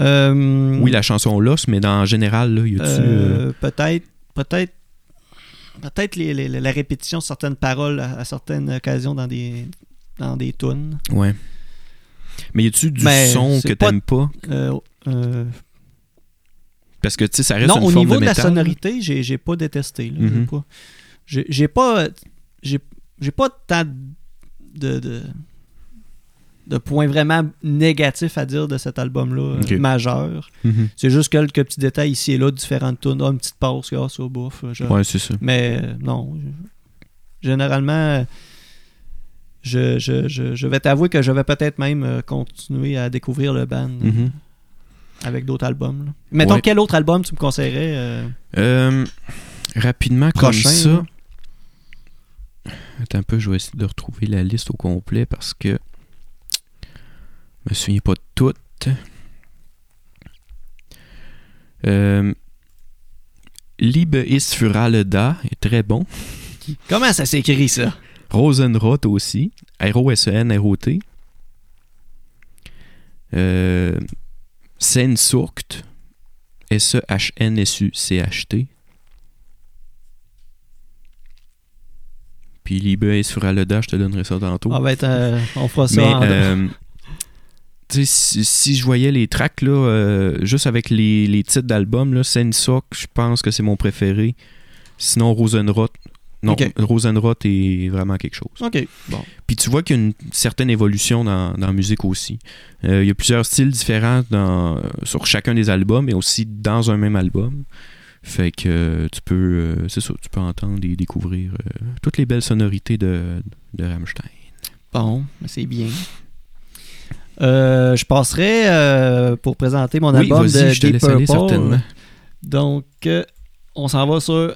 Euh,
Oui, la chanson Lost, mais dans, en général, là, y a-tu... euh,
Euh, peut-être, peut-être, peut-être les- les- la répétition de certaines paroles à, à certaines occasions dans des dans des tunes.
Ouais. Mais y a-tu du
Mais
son
Ben, c'est
que
pas-
t'aimes pas?
Euh, euh,
Parce que, tu sais, ça reste
non,
une
au
forme
niveau de,
de
la
métal.
sonorité, j'ai, j'ai pas détesté. là. J'ai
Mhm.
pas- J'ai, j'ai pas, j'ai, j'ai pas tant de, de de points vraiment négatifs à dire de cet album-là, euh,
Ok.
majeur. majeurs.
Mhm.
C'est juste quelques petits détails ici et là, différentes tunes. Ah, une petite pause, ah, ça bouffe. genre.
Ouais, c'est ça.
Mais euh, non, je- généralement, euh, je, je, je, je vais t'avouer que je vais peut-être même euh, continuer à découvrir le band euh,
Mhm.
avec d'autres albums. là. Mettons,
Ouais.
quel autre album tu me conseillerais euh,
Euh, rapidement,
Prochain,
comme ça...
là.
Attends un peu, je vais essayer de retrouver la liste au complet parce que... Je me souviens pas de toutes. Euh, Liebe ist für alle da est très bon.
Comment ça s'écrit, ça?
Rosenrot aussi. E R-O-S-E-N-R-O-T. Euh, Sensucht. E S-E-H-N-S-U-C-H-T. Puis Liebe est sur Aleda, je te donnerai ça tantôt.
Ah, ben, t'as- on fera ça
Oh.
hein.
Mais,
en...
euh, tu sais, si, si je voyais les tracks, là, euh, juste avec les, les titres d'albums, là, Sensock, je pense que c'est mon préféré. Sinon, Rosenrot. Non,
Ok.
Rosenrot est vraiment quelque chose.
OK, bon.
Puis tu vois qu'il y a une certaine évolution dans, dans la musique aussi. Euh, il y a plusieurs styles différents dans, sur chacun des albums et aussi dans un même album. Fait que euh, tu peux, euh, c'est ça, tu peux entendre et découvrir euh, toutes les belles sonorités de, de Rammstein.
Bon, ben, c'est bien. Euh, je passerai euh, pour présenter mon
oui,
album de
vas-y, je te
Deep
laisse aller
Purple.
certainement.
Donc, euh, on s'en va sur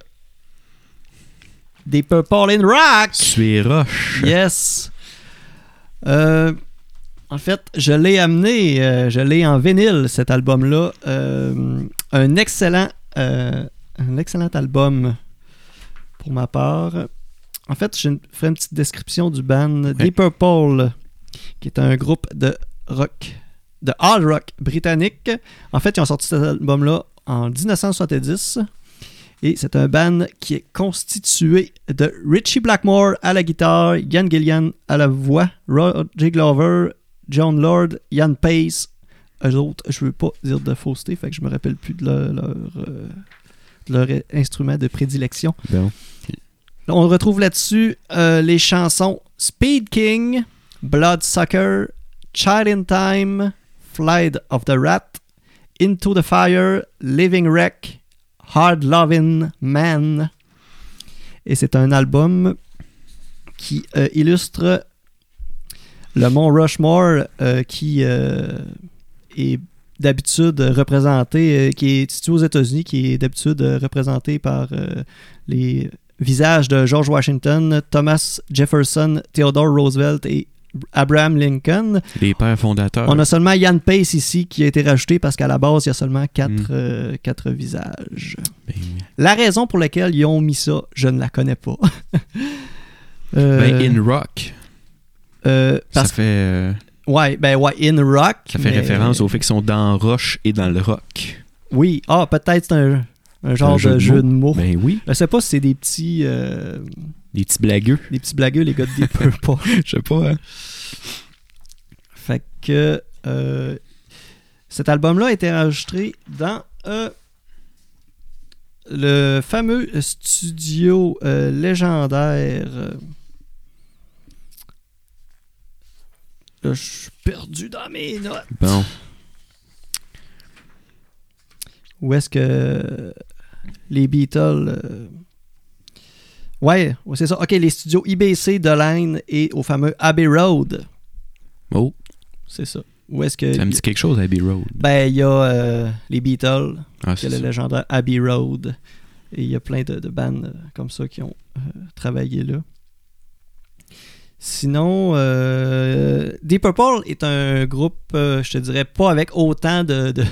Deep Purple in Rock!
Tu es roche.
Yes. Euh, en fait, je l'ai amené, euh, je l'ai en vinyle, cet album-là. Euh, un excellent, euh, un excellent album pour ma part. En fait, je ferai une petite description du band Deep Purple, qui est un groupe de rock, de hard rock britannique. En fait, ils ont sorti cet album-là en 1970. Et c'est un band qui est constitué de Richie Blackmore à la guitare, Ian Gillian à la voix, Roger Glover, John Lord, Ian Pace. Eux autres, je veux pas dire de fausseté, fait que je me rappelle plus de leur, leur, euh, de leur instrument de prédilection.
Bon.
On retrouve là-dessus euh, les chansons Speed King, Bloodsucker, Child in Time, Flight of the Rat, Into the Fire, Living Wreck, Hard Lovin' Man. Et c'est un album qui euh, illustre le mont Rushmore euh, qui euh, est d'habitude représenté, euh, qui est situé aux États-Unis, qui est d'habitude euh, représenté par euh, les visages de George Washington, Thomas Jefferson, Theodore Roosevelt et Abraham Lincoln.
Les pères fondateurs.
On a seulement Yann Pace ici qui a été rajouté parce qu'à la base, il y a seulement quatre,
Hmm.
euh, quatre visages.
Ben,
La raison pour laquelle ils ont mis ça, je ne la connais pas. Euh,
ben, In Rock,
euh,
ça
parce
fait, euh,
Ouais, ben ouais, in rock.
ça fait
mais-
référence au fait qu'ils sont dans Roche et dans le rock.
Oui, ah, peut-être c'est un, un genre
Un
de jeu de mots.
Ben oui,
Je sais pas si c'est des petits euh,
les petits blagueux.
des petits blagueux, les gars de Deep Purple.
Je sais pas. hein.
Fait que euh, cet album-là a été enregistré dans euh, le fameux studio euh, légendaire. euh, Là, je suis perdu dans mes notes.
Bon,
Où est-ce que euh, les Beatles. euh, Ouais, ouais, c'est ça. Ok, les studios IBC de Line et au fameux Abbey Road.
oh,
C'est ça. Où est-ce que.
ça me dit quelque chose, Abbey Road.
Ben, il y a euh, les Beatles,
Ah,
il y
c'est
a le
ça.
légendaire Abbey Road. Et il y a plein de, de bandes euh, comme ça qui ont euh, travaillé là. Sinon, euh, Deep Purple est un groupe, euh, je te dirais, pas avec autant de, de,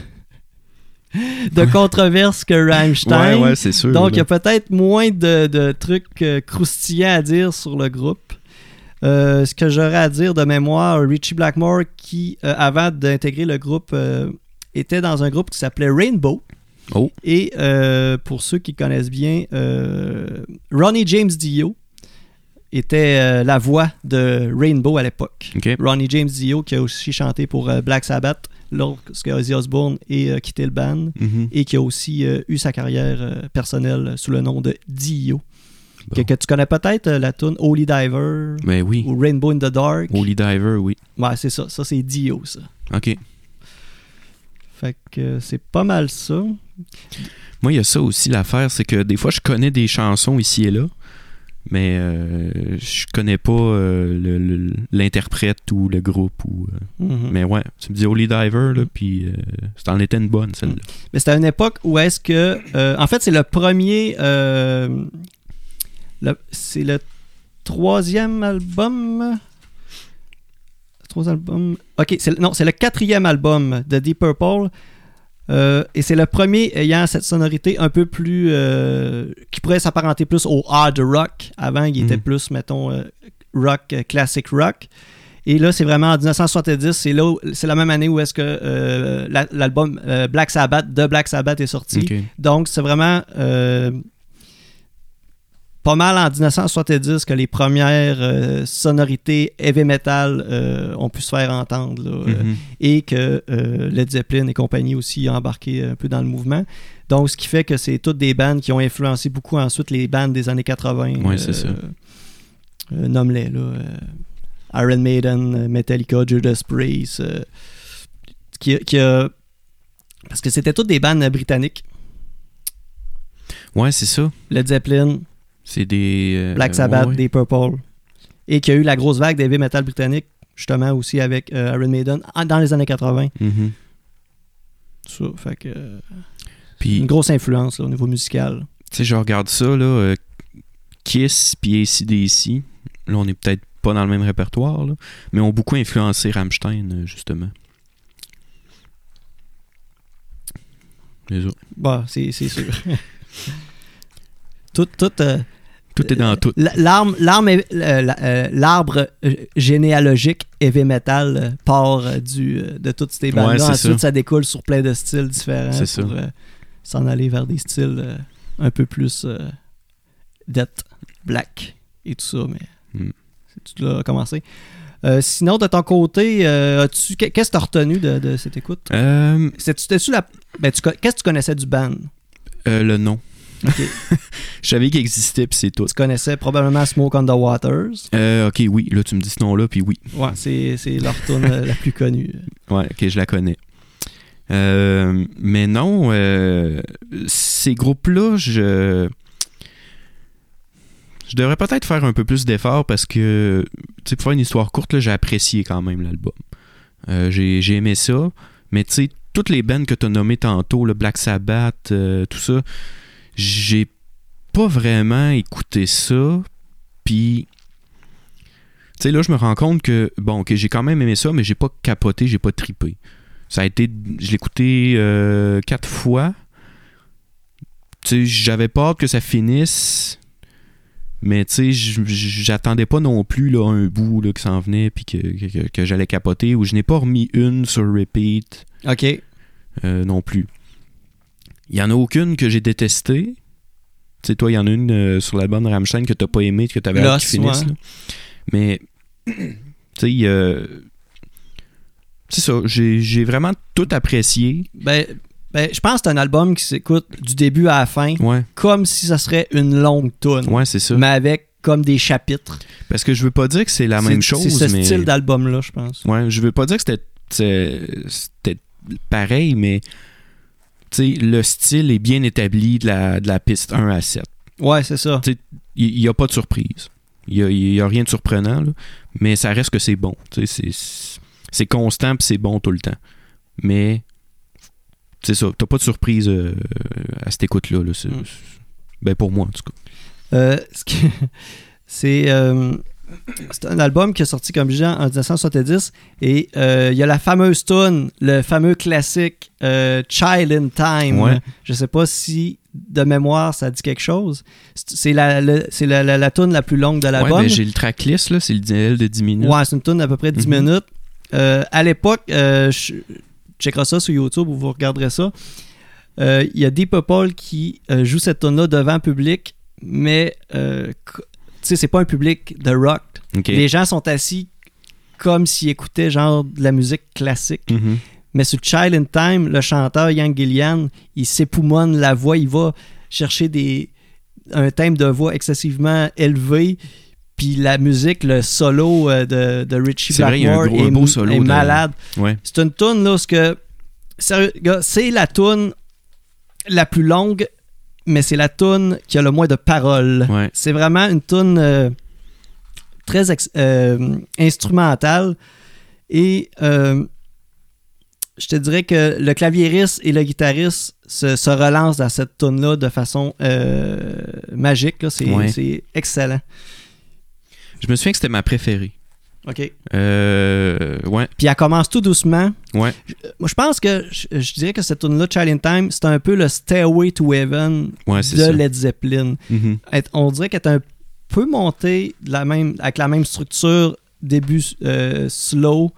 de controverses que Rammstein.
Ouais, ouais, c'est sûr.
Donc, il y
là.
a peut-être moins de, de trucs euh, croustillants à dire sur le groupe. Euh, ce que j'aurais à dire de mémoire, Richie Blackmore, qui, euh, avant d'intégrer le groupe, euh, était dans un groupe qui s'appelait Rainbow.
Oh.
Et euh, pour ceux qui connaissent bien, euh, Ronnie James Dio était euh, la voix de Rainbow à l'époque.
Ok.
Ronnie James Dio, qui a aussi chanté pour euh, Black Sabbath, lorsque Ozzy Osbourne et euh, quitté le band
Mhm.
et qui a aussi euh, eu sa carrière euh, personnelle sous le nom de Dio.
Bon.
Que, que tu connais peut-être euh, la tune Holy Diver
Ben oui,
ou Rainbow in the Dark.
Holy Diver, oui.
Ouais, c'est ça. Ça, c'est Dio, ça.
Ok.
Fait que euh, c'est pas mal ça.
Moi, il y a ça aussi l'affaire, c'est que des fois, je connais des chansons ici et là, mais euh, je connais pas euh, le- le- l'interprète ou le groupe. Ou, euh,
Mhm.
Mais ouais, tu me dis Holy Diver,
Mm-hmm.
là, puis euh, c'en était une bonne, celle-là.
Mais c'était à une époque où est-ce que. euh, en fait, c'est le premier. euh, le- c'est le troisième album. Trois albums. Ok, c'est, non, c'est le quatrième album de Deep Purple. Euh, et c'est le premier ayant cette sonorité un peu plus. euh, qui pourrait s'apparenter plus au hard rock. Avant, il était
Mhm.
plus, mettons, euh, rock, euh, classic rock. Et là, c'est vraiment en 1970, c'est là, où- c'est la même année où est-ce que euh, la- l'album euh, Black Sabbath de Black Sabbath est sorti.
Ok.
Donc, c'est vraiment euh, pas mal en 1970 que les premières euh, sonorités heavy metal euh, ont pu se faire entendre. là, euh,
Mhm.
et que euh, Led Zeppelin et compagnie aussi ont embarqué un peu dans le mouvement. Donc, ce qui fait que c'est toutes des bandes qui ont influencé beaucoup ensuite les bandes des années 80.
Ouais, c'est ça.
euh, nomme-les, là. euh, Iron Maiden, euh, Metallica, Judas Priest, euh, qui, qui a... Parce que c'était toutes des bandes britanniques.
Ouais, c'est ça.
Led Zeppelin,
C'est des. euh,
Black Sabbath,
ouais, ouais.
des Purple. Et qui a eu la grosse vague des heavy metal britanniques, justement aussi avec euh, Iron Maiden, en- dans les années 80.
Mhm.
Ça, fait que... euh,
Puis,
une grosse influence là, au niveau musical.
tu sais, je regarde ça, là, euh, Kiss, puis ACDC. Là, on est peut-être pas dans le même répertoire, là, mais ont beaucoup influencé Rammstein, euh, justement. Désolé.
Bah, c'est c'est sûr. tout, tout, euh,
Tout est dans tout.
la- l'arme- l'arme est- euh, la- euh, l'arbre euh, généalogique heavy metal euh, part euh, du, euh, de toutes ces bandes
Ouais, c'est
Ensuite, ça.
ça.
découle sur plein de styles différents
C'est ça.
pour euh, s'en aller vers des styles euh, un peu plus euh, death, black et tout ça. Mais
Mm.
c'est tout là à commencer. Euh, sinon, de ton côté, euh, as-tu- qu'est- qu'est-ce que tu as retenu de, de cette écoute?
Euh,
C'était-tu la. Ben, tu co- Qu'est-ce que tu connaissais du band?
euh, le nom.
Ok.
Je savais qu'il existait, puis c'est tout.
Tu connaissais probablement Smoke on the Waters.
Euh, ok, oui, là, tu me dis ce nom-là, puis oui.
Ouais, c'est c'est leur tune euh, la plus connue.
Ouais, ok, je la connais. Euh, mais non, euh, ces groupes-là, je. Je devrais peut-être faire un peu plus d'efforts parce que, tu sais, pour faire une histoire courte, là, j'ai apprécié quand même l'album. Euh, j'ai j'ai aimé ça, mais tu sais, toutes les bands que tu as nommées tantôt, le Black Sabbath, euh, tout ça, j'ai pas vraiment écouté ça. Puis, Tu sais, là, je me rends compte que, bon, ok, j'ai quand même aimé ça, mais j'ai pas capoté, j'ai pas tripé. Ça a été. Je l'ai écouté euh, quatre fois. Tu sais, j'avais peur que ça finisse. Mais tu sais, j- j- j'attendais pas non plus là, un bout là, qui s'en venait puis que, que- que- que j'allais capoter. Ou je n'ai pas remis une sur repeat
OK.
euh, non plus. Il y en a aucune que j'ai détestée. Tu sais, toi, il y en a une euh, sur l'album de Rammstein que t'as pas aimé, que t'avais hâte
Lost,
qu'il finisse.
ouais.
là. Mais, tu sais, euh, c'est ça. J'ai j'ai vraiment tout apprécié.
Ben, ben, je pense que c'est un album qui s'écoute du début à la fin,
Ouais,
comme si ça serait une longue tune,
ouais c'est ça.
mais avec comme des chapitres.
Parce que je veux pas dire que c'est la
C'est-
même chose,
C'est ce
mais...
style d'album-là, je pense.
Ouais, je veux pas dire que c'était- c'était c'était pareil, mais tu sais, le style est bien établi de la, de la piste 1 à 7.
Ouais, c'est ça.
Il n'y a pas de surprise. Il n'y a, rien de surprenant, là, mais ça reste que c'est bon. Tu sais, C'est c'est constant puis c'est bon tout le temps. Mais c'est ça, t'as pas de surprise euh, à cette écoute-là. là, c'est-
Mm.
c'est- ben pour moi, en tout cas.
Euh, ce qui- c'est euh, c'est un album qui est sorti, comme je disais, en 1970. Et euh, il y a la fameuse tune, le fameux classique euh, Child in Time.
Ouais.
Je sais pas si de mémoire ça dit quelque chose. C'est c'est la, le- c'est la, la, la tune la plus longue de
Ouais,
l'album.
ben, j'ai le tracklist, là, c'est le DL de 10 minutes.
Ouais, c'est une tune à peu près 10
Mhm.
minutes. Euh, à l'époque, euh, je checkerai ça sur YouTube ou vous regarderez ça. Euh, Il y a Deep Purple qui euh, joue cette tune là devant public, mais euh, co- tu sais, c'est pas un public de rock.
Ok.
Les gens sont assis comme s'ils écoutaient genre de la musique classique.
Mhm.
Mais sur Child in Time, le chanteur Ian Gillian, il s'époumonne la voix, il va chercher des un thème de voix excessivement élevé. Puis la musique, le solo euh, de, de Richie
C'est vrai, il y a un
Blackmore
gros- un
est-
beau solo
est
de-
malade.
Ouais.
C'est une tune là, ce que sérieux, gars, c'est la tune la plus longue, mais c'est la tune qui a le moins de paroles.
Ouais.
C'est vraiment une tune euh, très ex- euh, instrumentale. Et euh, je te dirais que le claviériste et le guitariste se, se relancent dans cette tune là de façon euh, magique. là. C'est
Ouais.
c'est excellent.
Je me souviens que c'était ma préférée.
OK.
Euh, ouais,
Puis elle commence tout doucement.
ouais.
Moi, je pense que je, je dirais que cette tune là Challenge Time, c'est un peu le Stairway to Heaven
Ouais, c'est
de
ça.
Led Zeppelin.
Mhm.
Elle- on dirait qu'elle est un peu montée de la même, avec la même structure, début euh, slow.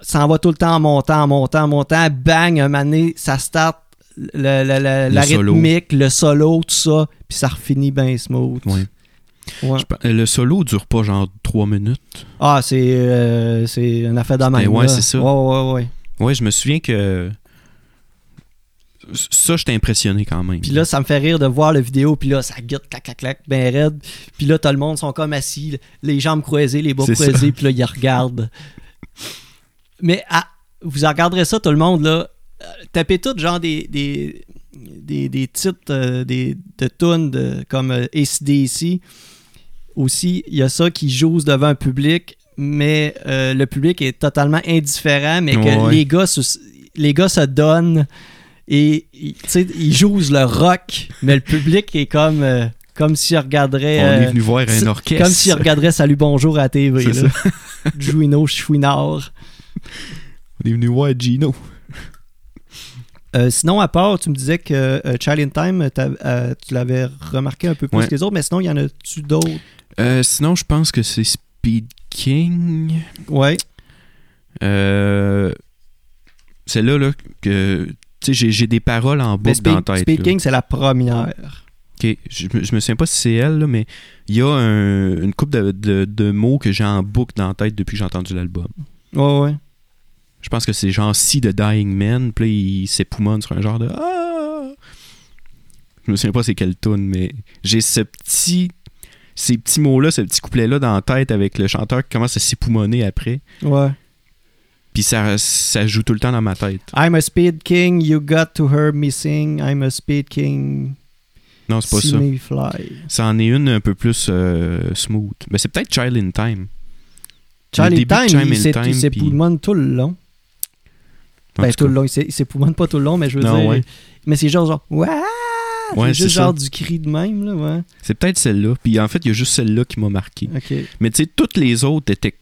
Ça en va tout le temps en montant, en montant, en montant. Bang, un moment donné, ça start le- le- le-
Le
la
solo.
rythmique, le solo, tout ça. Puis ça refinit bien smooth.
Ouais.
Ouais.
Je pense- Le solo dure pas genre 3 minutes.
Ah, c'est euh, c'est une affaire de
C'était-
même.
ouais,
là.
c'est ça.
Ouais, ouais, ouais.
Ouais, je me souviens que. Ça, j'étais impressionné quand même.
Puis là, ça me fait rire de voir la vidéo. Puis là, ça guette, clac, clac, clac, ben raide. Puis là, tout le monde sont comme assis, les jambes croisées, les bras
C'est ça.
croisés. Puis là, ils regardent. Mais ah, vous en regarderez ça, tout le monde, là. Euh, Tapez tout, genre, des, des, des, des titres euh, des, de tunes de- comme euh, ACDC. Aussi, il y a ça qui joue devant un public, mais euh, le public est totalement indifférent, mais que
Ouais, ouais.
les, gars se, les gars se donnent et ils- tu sais, ils jouent le rock, mais le public est comme, euh, comme s'il
on
regarderait.
est
euh,
venu voir un
c'est
orchestre.
comme s'il regarderait Salut Bonjour à la TV.
C'est
là. Jouino, Chouinard.
On est venu voir Gino.
Euh, sinon, à part, tu me disais que euh, Child in Time, t'as- euh, tu l'avais remarqué un peu plus
Ouais.
que les autres, mais sinon, il y en a-tu d'autres
Euh, sinon, je pense que c'est Speed King.
Ouais.
Euh, Celle-là, là, que. Tu sais, j'ai- j'ai des paroles en
Mais
boucle dans
Speed,
la tête.
Speed
là.
King, c'est la première.
Ok, je, me- je me souviens pas si c'est elle, là, mais il y a un- une coupe de, de- de mots que j'ai en boucle dans la tête depuis que j'ai entendu l'album.
Ouais, ouais.
Je pense que c'est genre si de Dying Man, puis là, il s'époumonne sur un genre de ah. Je me souviens pas c'est quelle tune, mais j'ai ce petit ces petits mots-là, ce petit couplet-là dans la tête avec le chanteur qui commence à s'époumoner après.
Ouais.
Puis ça, ça joue tout le temps dans ma tête.
I'm a Speed King, you got to hear me sing. I'm a Speed King,
Non, c'est pas
see
ça.
me fly.
Ça en est une un peu plus euh, smooth. Mais c'est peut-être Child in Time.
Charlie
début de
Time,
Chime
il
in
s'est-
Time,
il s'époumonne tout le long.
En
Ben,
tout
tout
cas.
le long. Il s'é- il s'époumonne pas tout le long, mais je veux
Non,
dire.
ouais.
Mais c'est genre, genre, Wow!
Ouais,
c'est
c'est
juste
ça.
genre du cri de même, là, ouais.
C'est peut-être celle-là. Puis en fait, il y a juste celle-là qui m'a marqué.
Ok.
Mais tu sais, toutes les autres étaient,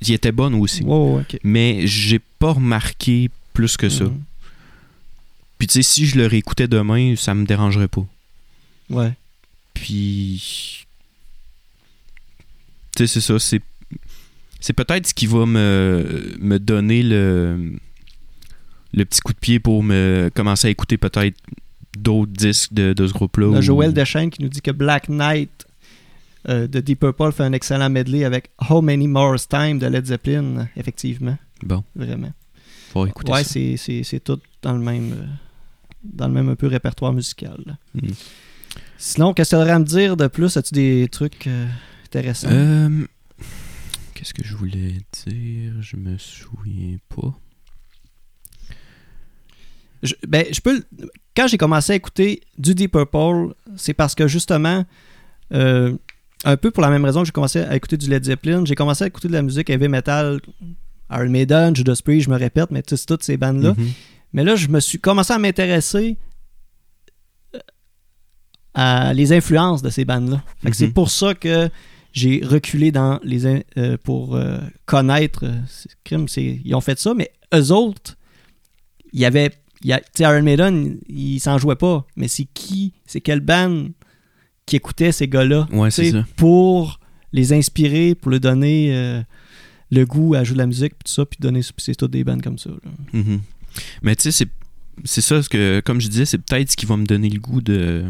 ils étaient bonnes aussi.
Wow, ok.
Mais j'ai pas remarqué plus que ça.
Mhm.
Puis tu sais, si je le réécoutais demain, ça me dérangerait pas.
Ouais.
Puis. Tu sais, c'est ça. C'est, c'est peut-être ce qui va me, me donner le, le petit coup de pied pour me commencer à écouter peut-être d'autres disques de, de ce groupe-là.
On a
ou-
Joël Deschaine qui nous dit que Black Knight euh, de Deep Purple fait un excellent medley avec How Many More Time de Led Zeppelin, effectivement,
Bon,
vraiment.
faut écouter
ouais,
ça.
c'est- c'est c'est tout dans le même euh, dans le même un peu répertoire musical. là.
Mm.
Sinon, qu'est-ce que tu aurais à me dire de plus? As-tu des trucs euh, intéressants?
Euh, Qu'est-ce que je voulais dire Je me souviens pas.
Je, ben, je peux. le- Quand j'ai commencé à écouter du Deep Purple, c'est parce que justement, euh, un peu pour la même raison que j'ai commencé à écouter du Led Zeppelin, j'ai commencé à écouter de la musique heavy metal, Iron Maiden, Judas Priest, je me répète, mais tu sais, c'est toutes ces bandes-là.
Mhm.
Mais là, je me suis commencé à m'intéresser euh, à les influences de ces bandes-là. Fait
Mhm.
que C'est pour ça que j'ai reculé dans les in- euh, pour euh, connaître euh, ces crimes. C'est- Ils ont fait ça, mais eux autres, il y avait. il y a- tu sais, Iron Maiden, ils s'en jouaient pas. Mais c'est qui, c'est quelle bande qui écoutait ces gars-là
Ouais,
tu sais,
c'est ça.
pour les inspirer, pour leur donner euh, le goût à jouer de la musique, puis tout ça, puis donner. puis c'est toutes des bandes comme ça. là.
Mhm. Mais tu sais, c'est- c'est ça, ce que, comme je disais, c'est peut-être ce qui va me donner le goût de,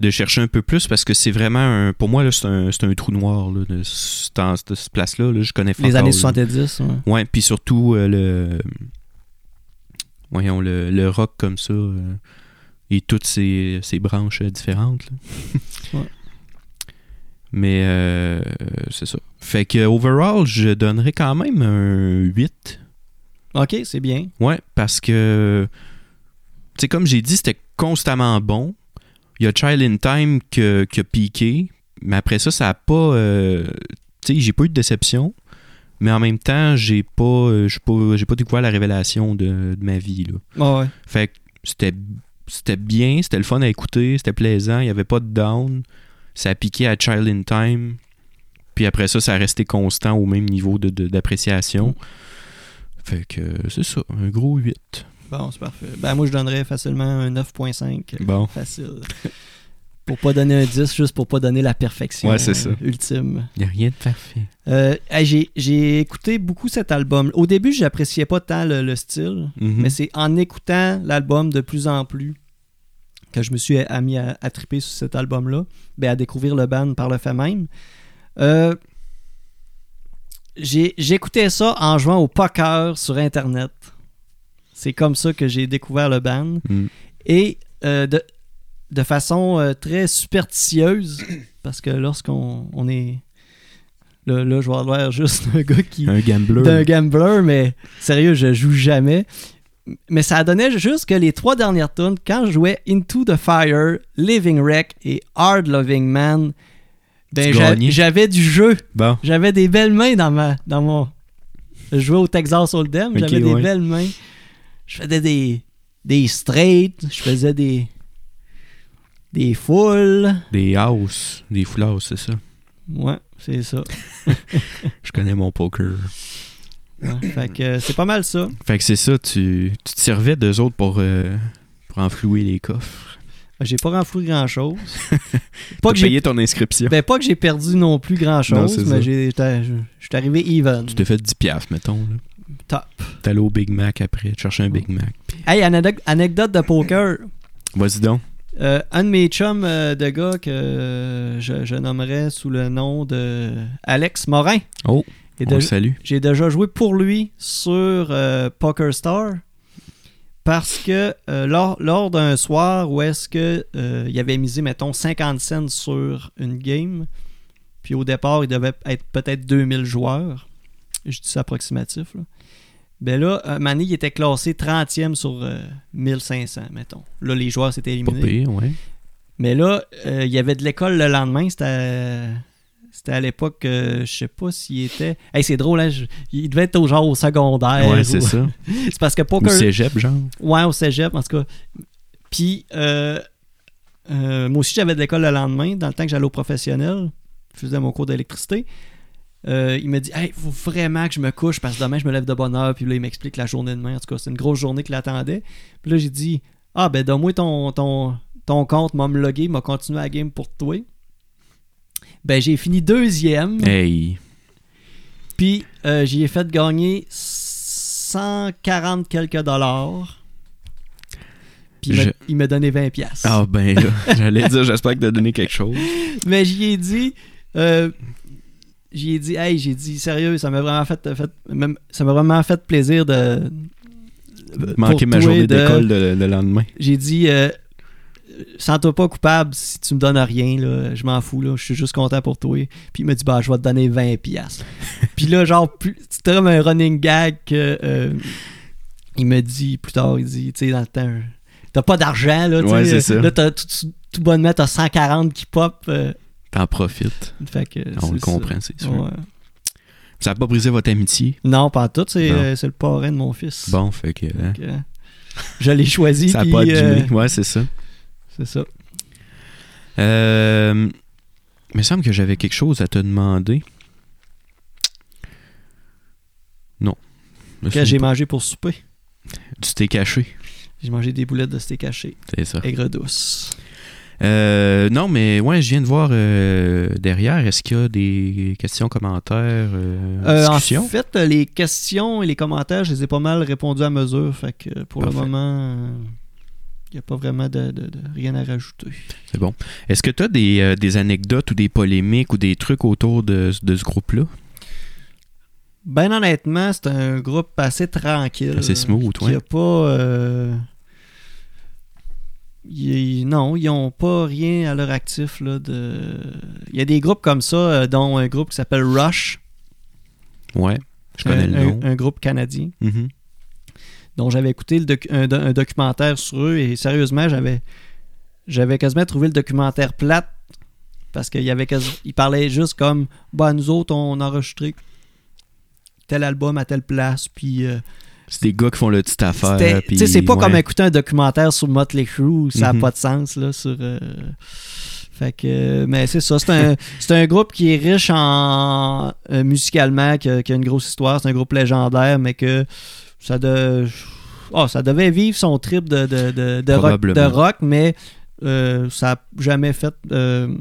de chercher un peu plus parce que c'est vraiment, un, pour moi, là, c'est un, c'est un trou noir, là, de, ce- dans cette cette place-là. là, je connais
Les
fuck
années
all,
70. ouais.
là. Ouais, puis surtout euh, le. Voyons, le, le rock comme ça euh, et toutes ces, ces branches euh, différentes. là.
Ouais.
Mais euh, c'est ça. Fait que overall, je donnerais quand même un 8.
Ok, c'est bien.
Ouais, parce que, tu sais, comme j'ai dit, c'était constamment bon. Il y a Child in Time que- qui a piqué, mais après ça, ça a pas. euh, tu sais, j'ai pas eu de déception, mais en même temps, j'ai pas, euh, j'ai pas, j'ai pas découvert la révélation de, de ma vie. Là.
Ah ouais.
Fait que c'était, c'était bien, c'était le fun à écouter, c'était plaisant, il y avait pas de down. Ça a piqué à Child in Time. Puis après ça, ça a resté constant au même niveau de, de- d'appréciation. Fait que euh, c'est ça, un gros 8.
Bon, c'est parfait. Ben, moi, je donnerais facilement un 9.5.
Bon.
Facile. Pour pas donner un 10, juste pour pas donner la perfection
Ouais, c'est ça.
euh, ultime.
Il n'y a rien de parfait.
Euh, hey, j'ai- J'ai écouté beaucoup cet album. Au début, j'appréciais pas tant le, le style,
Mm-hmm. Mhm.
mais c'est en écoutant l'album de plus en plus que je me suis a- mis à, à triper sur cet album-là, ben, à découvrir le band par le fait même. Euh, j'ai- J'écoutais ça en jouant au poker sur Internet. C'est comme ça que j'ai découvert le band.
Mm.
Et euh, de, de façon euh, très superstitieuse, parce que lorsqu'on on est... Là, là, je vais avoir l'air juste un gars qui
Un
d'un
gambler.
gambler, mais sérieux, je joue jamais. Mais ça donnait juste que les trois dernières tunes, quand je jouais Into the Fire, Living Wreck et Hard Loving Man, ben,
Tu
j'a-
gagnais.
j'avais du jeu.
Bon.
J'avais des belles mains dans ma dans mon. Je jouais au Texas Hold'em,
Ok,
j'avais des
ouais.
belles mains. Je faisais des des straights, je faisais des des foules.
Des houses. Des full houses, c'est ça.
Ouais, c'est ça.
Je connais mon poker.
Ouais, fait que euh, c'est pas mal ça.
Fait que c'est ça, tu, tu te servais d'eux autres pour, euh, pour enflouer les coffres.
J'ai pas renfloué grand chose. Pas
T'as
que j'ai
payé ton inscription.
Ben, pas que j'ai perdu non plus grand
Non,
chose,
c'est
mais
ça.
j'ai- j'étais- je je suis arrivé even.
Tu t'es fait 10 piastres, mettons. Là.
Top.
T'es allé au Big Mac après, te chercher un Big Mac.
Hey, anecdote, anecdote de poker.
Vas-y donc.
Euh, un de mes chums euh, de gars que euh, je, je nommerais sous le nom de Alex Morin.
Oh,
Et
on
de-
le salue.
J'ai déjà joué pour lui sur euh, Poker Star parce que euh, lors, lors d'un soir où est-ce que euh, il avait misé, mettons, 50 cents sur une game, puis au départ, il devait être peut-être 2000 joueurs. Je dis ça approximatif. Là. Ben là, euh, Mané, il était classé 30e sur euh, 1500, mettons. Là, les joueurs s'étaient
Pas
éliminés.
pire, ouais.
Mais là, euh, il y avait de l'école le lendemain. C'était à, c'était à l'époque, euh, je sais pas s'il était. Hey, c'est drôle, hein, je- il devait être au genre au secondaire.
ouais,
ou-
c'est ça.
C'est parce que
Au
poker.
cégep, genre.
Ouais, au cégep, en tout cas. Puis, euh, Euh, moi aussi, j'avais de l'école le lendemain, dans le temps que j'allais au professionnel. Je faisais mon cours d'électricité. Euh, il me dit Hey, faut vraiment que je me couche parce que demain, je me lève de bonne heure. Puis là, il m'explique la journée de demain. En tout cas, c'est une grosse journée qui l'attendait. Puis là, j'ai dit Ah, ben, donne-moi ton, ton, ton compte, m'a me logué, m'a continué la game pour toi. Ben, j'ai fini deuxième.
Hey.
Puis euh, j'y ai fait gagner 140 quelques dollars. Puis il m'a-
Je-
il m'a donné 20 piastres.
Ah ben là, j'allais dire, j'espère que t'as donné quelque chose.
Mais j'y ai dit... euh, J'y ai dit, hey, j'ai dit, sérieux, ça m'a vraiment fait, fait- même- ça m'a vraiment fait plaisir de.
Manquer
pour
ma
toi
journée
de-
d'école le, le lendemain.
J'ai dit, euh, sens-toi pas coupable si tu me donnes rien, là, je m'en fous, là, je suis juste content pour toi. Puis il m'a dit, bah, je vais te donner 20$. piastres. Puis là, genre, plus- c'était comme un running gag que euh, il me dit plus tard, il dit, tu sais, dans le temps, t'as pas d'argent, là, tu
Ouais,
sais,
c'est ça.
là, t'as tout, tout bonnement, t'as 140 qui pop. euh,
T'en profites.
fait que,
On
c'est
le
ça.
comprend, c'est sûr.
Ouais.
Ça a pas brisé votre amitié.
Non, pas en tout, c'est
Non.
euh, c'est le parrain de mon fils.
Bon, fait que... hein,
Donc, euh, je l'ai choisi,
ça a
puis,
pas abîmé.
euh,
Ouais, c'est ça.
c'est ça.
Euh, il me semble que j'avais quelque chose à te demander. Non. Je me
Que j'ai
souviens
mangé pour souper.
pas. Tu t'es caché,
J'ai mangé des boulettes de steak haché,
c'est ça.
aigre douce.
Euh, non, mais ouais, je viens de voir euh, derrière. Est-ce qu'il y a des questions, commentaires, euh,
Euh, en
discussions?
fait, les questions et les commentaires, je les ai pas mal répondu à mesure. Fait que euh, pour
Parfait.
le moment, il n'y a pas vraiment de, de- de rien à rajouter.
C'est bon. Est-ce que tu as des, euh, des anecdotes ou des polémiques ou des trucs autour de, de ce groupe-là?
Euh, Ben honnêtement, c'est un groupe assez tranquille.
Assez smooth,
Il
ouais.
a pas. euh, y- y- non, ils n'ont pas rien à leur actif. là, de... Il y a des groupes comme ça, euh, dont un groupe qui s'appelle Rush,
Ouais, je connais
un,
le
un-
nom.
un groupe canadien.
Mhm.
dont j'avais écouté le docu- un, do- un documentaire sur eux et sérieusement, j'avais j'avais quasiment trouvé le documentaire plate parce qu'il y avait quasi- il parlait juste comme bah nous autres on a enregistré tel album à telle place puis euh,
C'est des gars qui font le petit affaire.
c'était- tu
puis-
sais, c'est pas
ouais.
comme écouter un documentaire sur Motley Crue ça
Mhm.
a pas de sens là sur euh, fait que euh, mais c'est ça c'est un c'est un groupe qui est riche en euh, musicalement qui a, qui a une grosse histoire c'est un groupe légendaire mais que ça de oh, ça devait vivre son trip de de, de, de rock de
Probablement.
rock mais euh, ça a jamais fait euh,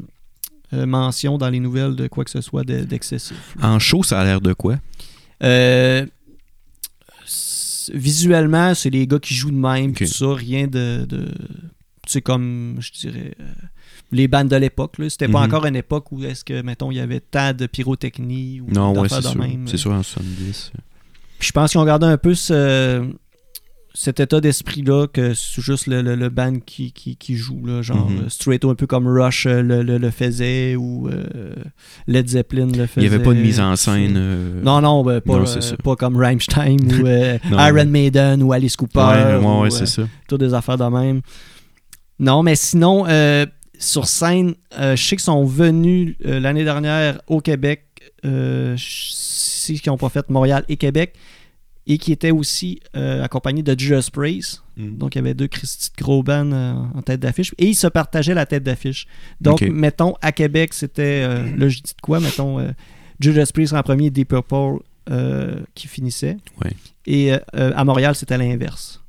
euh, mention dans les nouvelles de quoi que ce soit de- d'excessif
En show, ça a l'air de quoi?
euh, s- visuellement, c'est les gars qui jouent de même,
Ok.
tout ça, rien de. de- c'est comme, je dirais, euh, les bandes de l'époque. là. C'était pas
Mhm.
encore une époque où est-ce que, mettons, il y avait tant de pyrotechnie ou
Non, ouais,
d'affaires
c'est
de
sûr.
même. euh,
C'est sûr, en 70.
Puis je pense qu'ils ont gardé un peu ce- cet état d'esprit-là que c'est juste le, le- le band qui, qui- qui joue, là, genre
Mhm.
euh, Strato, un peu comme Rush euh, le, le- le faisait ou euh, Led Zeppelin le
Il n'y
faisait.
avait pas de mise en
C'est-
scène. euh,
non, non, ben, pas,
Non,
euh,
c'est ça.
pas comme Rammstein ou euh,
Non.
Iron Maiden ou Alice Cooper.
Ouais, ouais,
ou,
ouais,
euh,
c'est ça.
toutes des affaires de même. Non, mais sinon, euh, sur scène, euh, je sais qu'ils sont venus euh, l'année dernière au Québec, euh, je- si qui n'ont pas fait Montréal et Québec, et qui étaient aussi euh, accompagnés de Jesus Praise. mm,
Mm.
Donc, il y avait deux Christy de gros bands, euh, en tête d'affiche. Et ils se partageaient la tête d'affiche. Donc,
Ok.
mettons, à Québec, c'était. euh, là, je dis de quoi Mettons, euh, Judas Priest en premier, Deep Purple euh, qui finissait.
Ouais.
Et euh, euh, à Montréal, c'était l'inverse.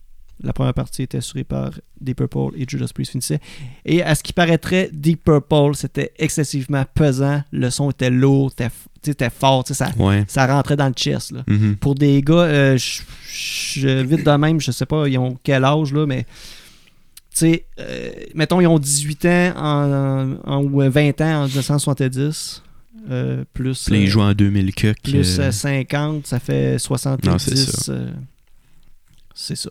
La première partie était assurée par Deep Purple et Judas Priest finissait. Et à ce qui paraîtrait, Deep Purple, c'était excessivement pesant. Le son était lourd, était, f- tu sais, était fort. tu sais, Ça,
Ouais.
ça rentrait dans le chest. Là
Mhm.
pour des gars, euh, je- je- vite de même, je sais pas, ils ont quel âge, là, mais. Tu sais, euh, mettons, ils ont 18 ans en, en- ou 20 ans en 1970, euh, plus,
Puis là,
euh,
ils jouent en 2000 cuck.
plus
euh,
euh, 50, ça fait 70.
Non, c'est ça.
euh, c'est ça.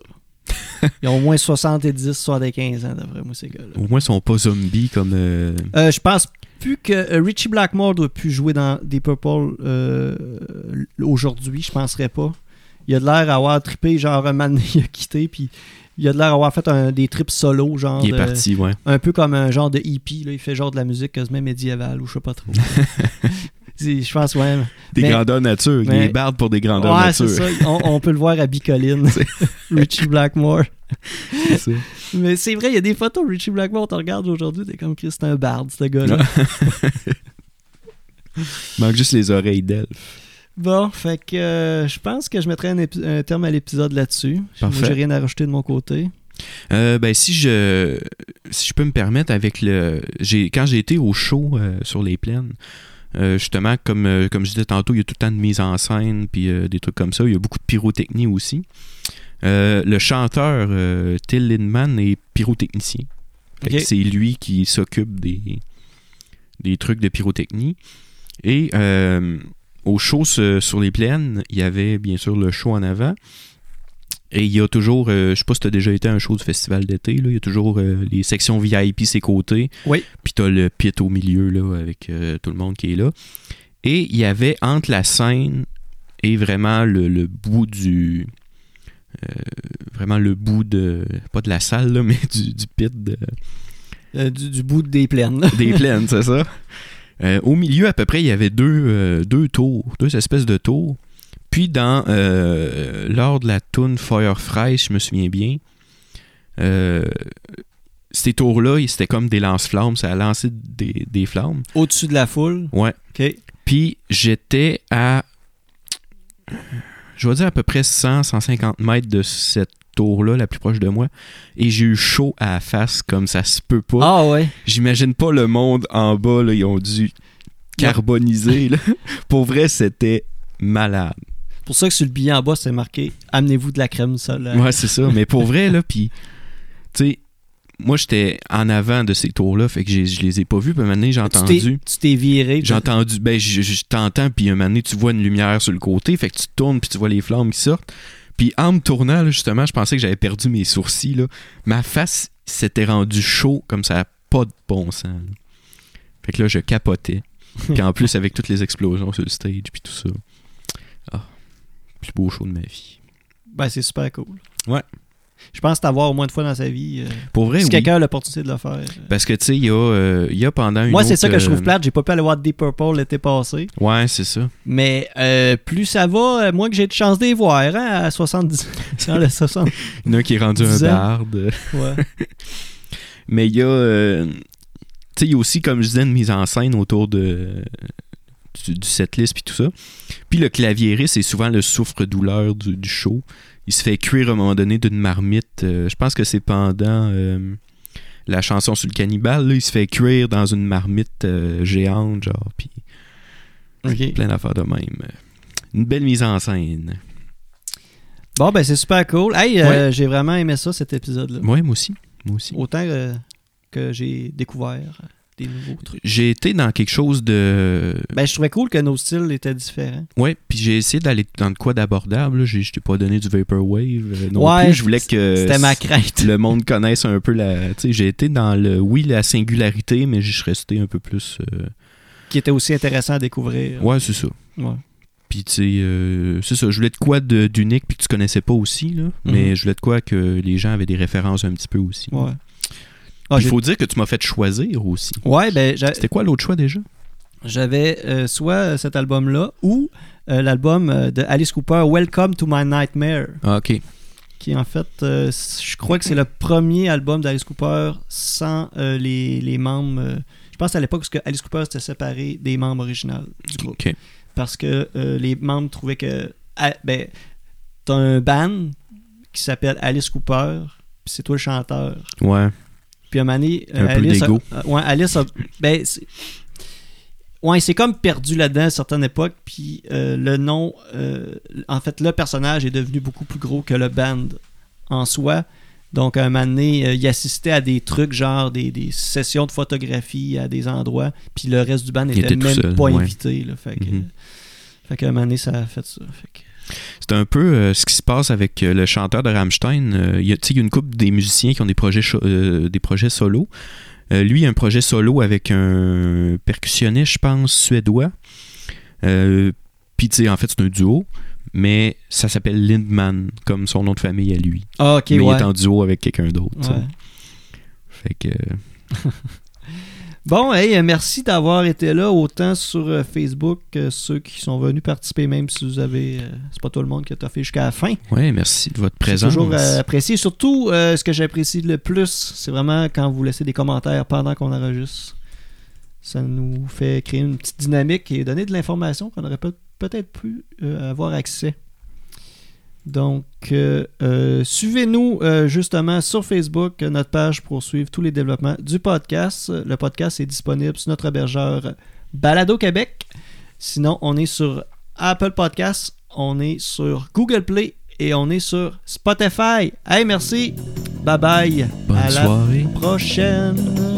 ils ont au moins 70, soit des 15 ans, d'après moi, ces gars-là.
Au moins, ils sont pas zombies comme. euh,
Euh, je pense plus que euh, Richie Blackmore doit plus jouer dans des Purple euh, aujourd'hui, je penserais pas. Il a de l'air à avoir trippé, genre un man il a quitté, puis il a de l'air à avoir fait un- des trips solo, genre
il est
de-
parti, ouais.
un peu comme un genre de hippie, là, il fait genre de la musique quasiment médiévale ou je sais pas trop. C'est- Je pense, ouais.
Des
Mais-
grandeurs nature.
mais-
Il est barde pour des grandeurs
ouais,
nature.
c'est ça. On, on peut le voir à Bicoline.
C'est-
Richie Blackmore.
C'est ça.
Mais c'est vrai, il y a des photos de Richie Blackmore. On te regarde aujourd'hui, t'es comme Chris, c'est un barde, ce gars-là.
Manque juste les oreilles d'elfe.
Bon, fait que euh, je pense que je mettrai un, épi- un terme à l'épisode là-dessus. Moi,
Parfait.
j'ai rien à rajouter de mon côté.
Euh, ben, si je, si je peux me permettre, avec le, j'ai, quand j'ai été au show euh, sur les plaines, euh, justement, comme, euh, comme je disais tantôt, il y a tout le temps de mise en scène, puis euh, des trucs comme ça. Il y a beaucoup de pyrotechnie aussi. Euh, le chanteur euh, Till Lindemann est pyrotechnicien. Fait que
Ok.
C'est lui qui s'occupe des, des trucs de pyrotechnie. Et euh, au show ce- sur les plaines, il y avait bien sûr le show en avant. Et il y a toujours, euh, je sais pas si tu as déjà été à un show du festival d'été, là, il y a toujours euh, les sections VIP ses côtés.
Oui.
Puis tu as le pit au milieu là, avec euh, tout le monde qui est là. Et il y avait entre la scène et vraiment le, le bout du. euh, vraiment le bout de. Pas de la salle, là, mais du, du pit de-
Euh, du, du bout des plaines.
des plaines, c'est ça? Euh, au milieu, à peu près, il y avait deux, euh, deux tours, deux espèces de tours. Puis, dans, euh, lors de la toune Fire Fresh, je me souviens bien, euh, ces tours-là, ils- c'était comme des lance-flammes, ça a lancé des, des flammes.
Au-dessus de la foule.
Ouais.
OK.
Puis, j'étais à, je vais dire à peu près 100, 150 mètres de cette tour-là, la plus proche de moi. Et j'ai eu chaud à la face, comme ça se peut pas.
Ah ouais.
J'imagine pas le monde en bas, là, ils ont dû carboniser. là. Pour vrai, c'était malade.
Pour ça que sur le billet en bas, c'est marqué Amenez-vous de la crème euh. solaire.
Ouais, c'est ça. Mais pour vrai, là, puis, tu sais, moi, j'étais en avant de ces tours-là, fait que j'ai- je les ai pas vus. Puis maintenant, j'ai
Tu t'es-
entendu.
Tu t'es viré.
J'ai entendu, ben, je, je- je t'entends, puis un moment donné, tu vois une lumière sur le côté, fait que tu tournes, puis tu vois les flammes qui sortent. Puis en me tournant, là, justement, je pensais que j'avais perdu mes sourcils. Là. Ma face s'était rendue chaud comme ça, a pas de bon sens. là. Fait que là, je capotais. Puis en plus, avec toutes les explosions sur le stage, puis tout ça. Ah, plus beau show de ma vie.
Ben, c'est super cool.
Ouais.
Je pense t'avoir au moins une fois dans sa vie. euh,
Pour vrai,
si
oui.
quelqu'un a l'opportunité de le faire. euh.
Parce que, tu sais, il y, a, euh, il y a pendant une
Moi, c'est ça
autre,
que je trouve
euh,
plate. J'ai pas pu aller voir Deep Purple l'été passé.
Ouais, c'est ça.
Mais euh, plus ça va, euh, moins que j'ai de chance de les voir hein, à 70. Dans le 60.
Il y en a un qui est rendu un
Dix ans.
barde.
Ouais.
Mais il y a. euh, tu sais, il y a aussi, comme je disais, une mise en scène autour de, du, du setlist puis tout ça. Puis le claviériste est souvent le souffre-douleur du, du show. Il se fait cuire à un moment donné d'une marmite. Euh, je pense que c'est pendant euh, la chanson sur le cannibale. là, il se fait cuire dans une marmite euh, géante, genre, puis
OK.
plein d'affaires de même. Une belle mise en scène.
Bon, ben, c'est super cool. Hey, euh, j'ai vraiment aimé ça, cet épisode-là.
Ouais, moi aussi. Moi aussi.
Autant euh, que j'ai découvert euh, des nouveaux trucs.
J'ai été dans quelque chose de.
Ben, je trouvais cool que nos styles étaient différents.
Ouais, puis j'ai essayé d'aller dans de quoi d'abordable. là. J'ai- Je t'ai pas donné du Vaporwave euh, non
Ouais,
plus. Je voulais que
C'était ma
s-
crainte.
Euh, le monde connaisse un peu la. Tu sais, j'ai été dans le. Oui, la singularité, mais je suis resté un peu plus. euh,
Qui était aussi intéressant à découvrir.
Ouais, c'est ça.
Ouais.
Puis, tu sais, euh, c'est ça. Je voulais de quoi de- d'unique, puis que tu connaissais pas aussi,
Mhm.
là. Mais je voulais de quoi que les gens avaient des références un petit peu aussi.
Ouais. Ah,
Puis Il
j'ai-
faut dire que tu m'as fait choisir aussi.
Ouais, ben, j'a-
C'était quoi l'autre choix déjà
j'avais euh, soit cet album-là ou euh, l'album euh, de Alice Cooper, Welcome to My Nightmare,
Ah, ok.
qui en fait, euh, c- je crois que c'est le premier album d'Alice Cooper sans euh, les, les membres. euh, je pense à l'époque parce que Alice Cooper s'était séparé des membres originaux du groupe.
Ok.
parce que euh, les membres trouvaient que ah, ben t'as un band qui s'appelle Alice Cooper puis c'est toi le chanteur
Ouais.
puis à un moment donné, euh,
Un peu
Alice a-
d'égo.
euh, ouais Alice a- ben c'est- ouais il s'est comme perdu là-dedans à certaines époques puis euh, le nom euh, en fait le personnage est devenu beaucoup plus gros que le band en soi donc, à un moment donné, euh, il assistait à des trucs, genre des, des sessions de photographie à des endroits, puis le reste du band
Il
n'était
était tout
même
seul,
pas
ouais.
invité. Là, fait que,
Mhm.
fait qu'à un moment donné, ça a fait ça. Fait que-
C'est un peu euh, ce qui se passe avec euh, le chanteur de Rammstein. Euh, Il y a tu sais, il y a une couple des musiciens qui ont des projets, cho- euh, des projets solo. Euh, lui, il a un projet solo avec un percussionniste, je pense, suédois. Euh, Puis, tu sais, en fait, c'est un duo, mais ça s'appelle Lindman, comme son nom de famille à lui.
Ah, ok,
mais
ouais.
il est en duo avec quelqu'un d'autre. tu sais.
Ouais.
Fait que. euh,
Bon, hey, euh, merci d'avoir été là, autant sur euh, Facebook, euh, ceux qui sont venus participer, même si vous avez. euh, c'est pas tout le monde qui a toffé jusqu'à la fin.
Oui, merci de votre
C'est
présence.
toujours euh, apprécié. Surtout, euh, ce que j'apprécie le plus, c'est vraiment quand vous laissez des commentaires pendant qu'on enregistre. Ça nous fait créer une petite dynamique et donner de l'information qu'on aurait peut- peut-être pu euh, avoir accès. Donc, euh, euh, suivez-nous euh, justement sur Facebook, euh, notre page pour suivre tous les développements du podcast. Le podcast est disponible sur notre hébergeur Balado Québec. Sinon, on est sur Apple Podcasts, on est sur Google Play et on est sur Spotify. Hey, merci. Bye bye.
Bonne
à la
soirée.
prochaine.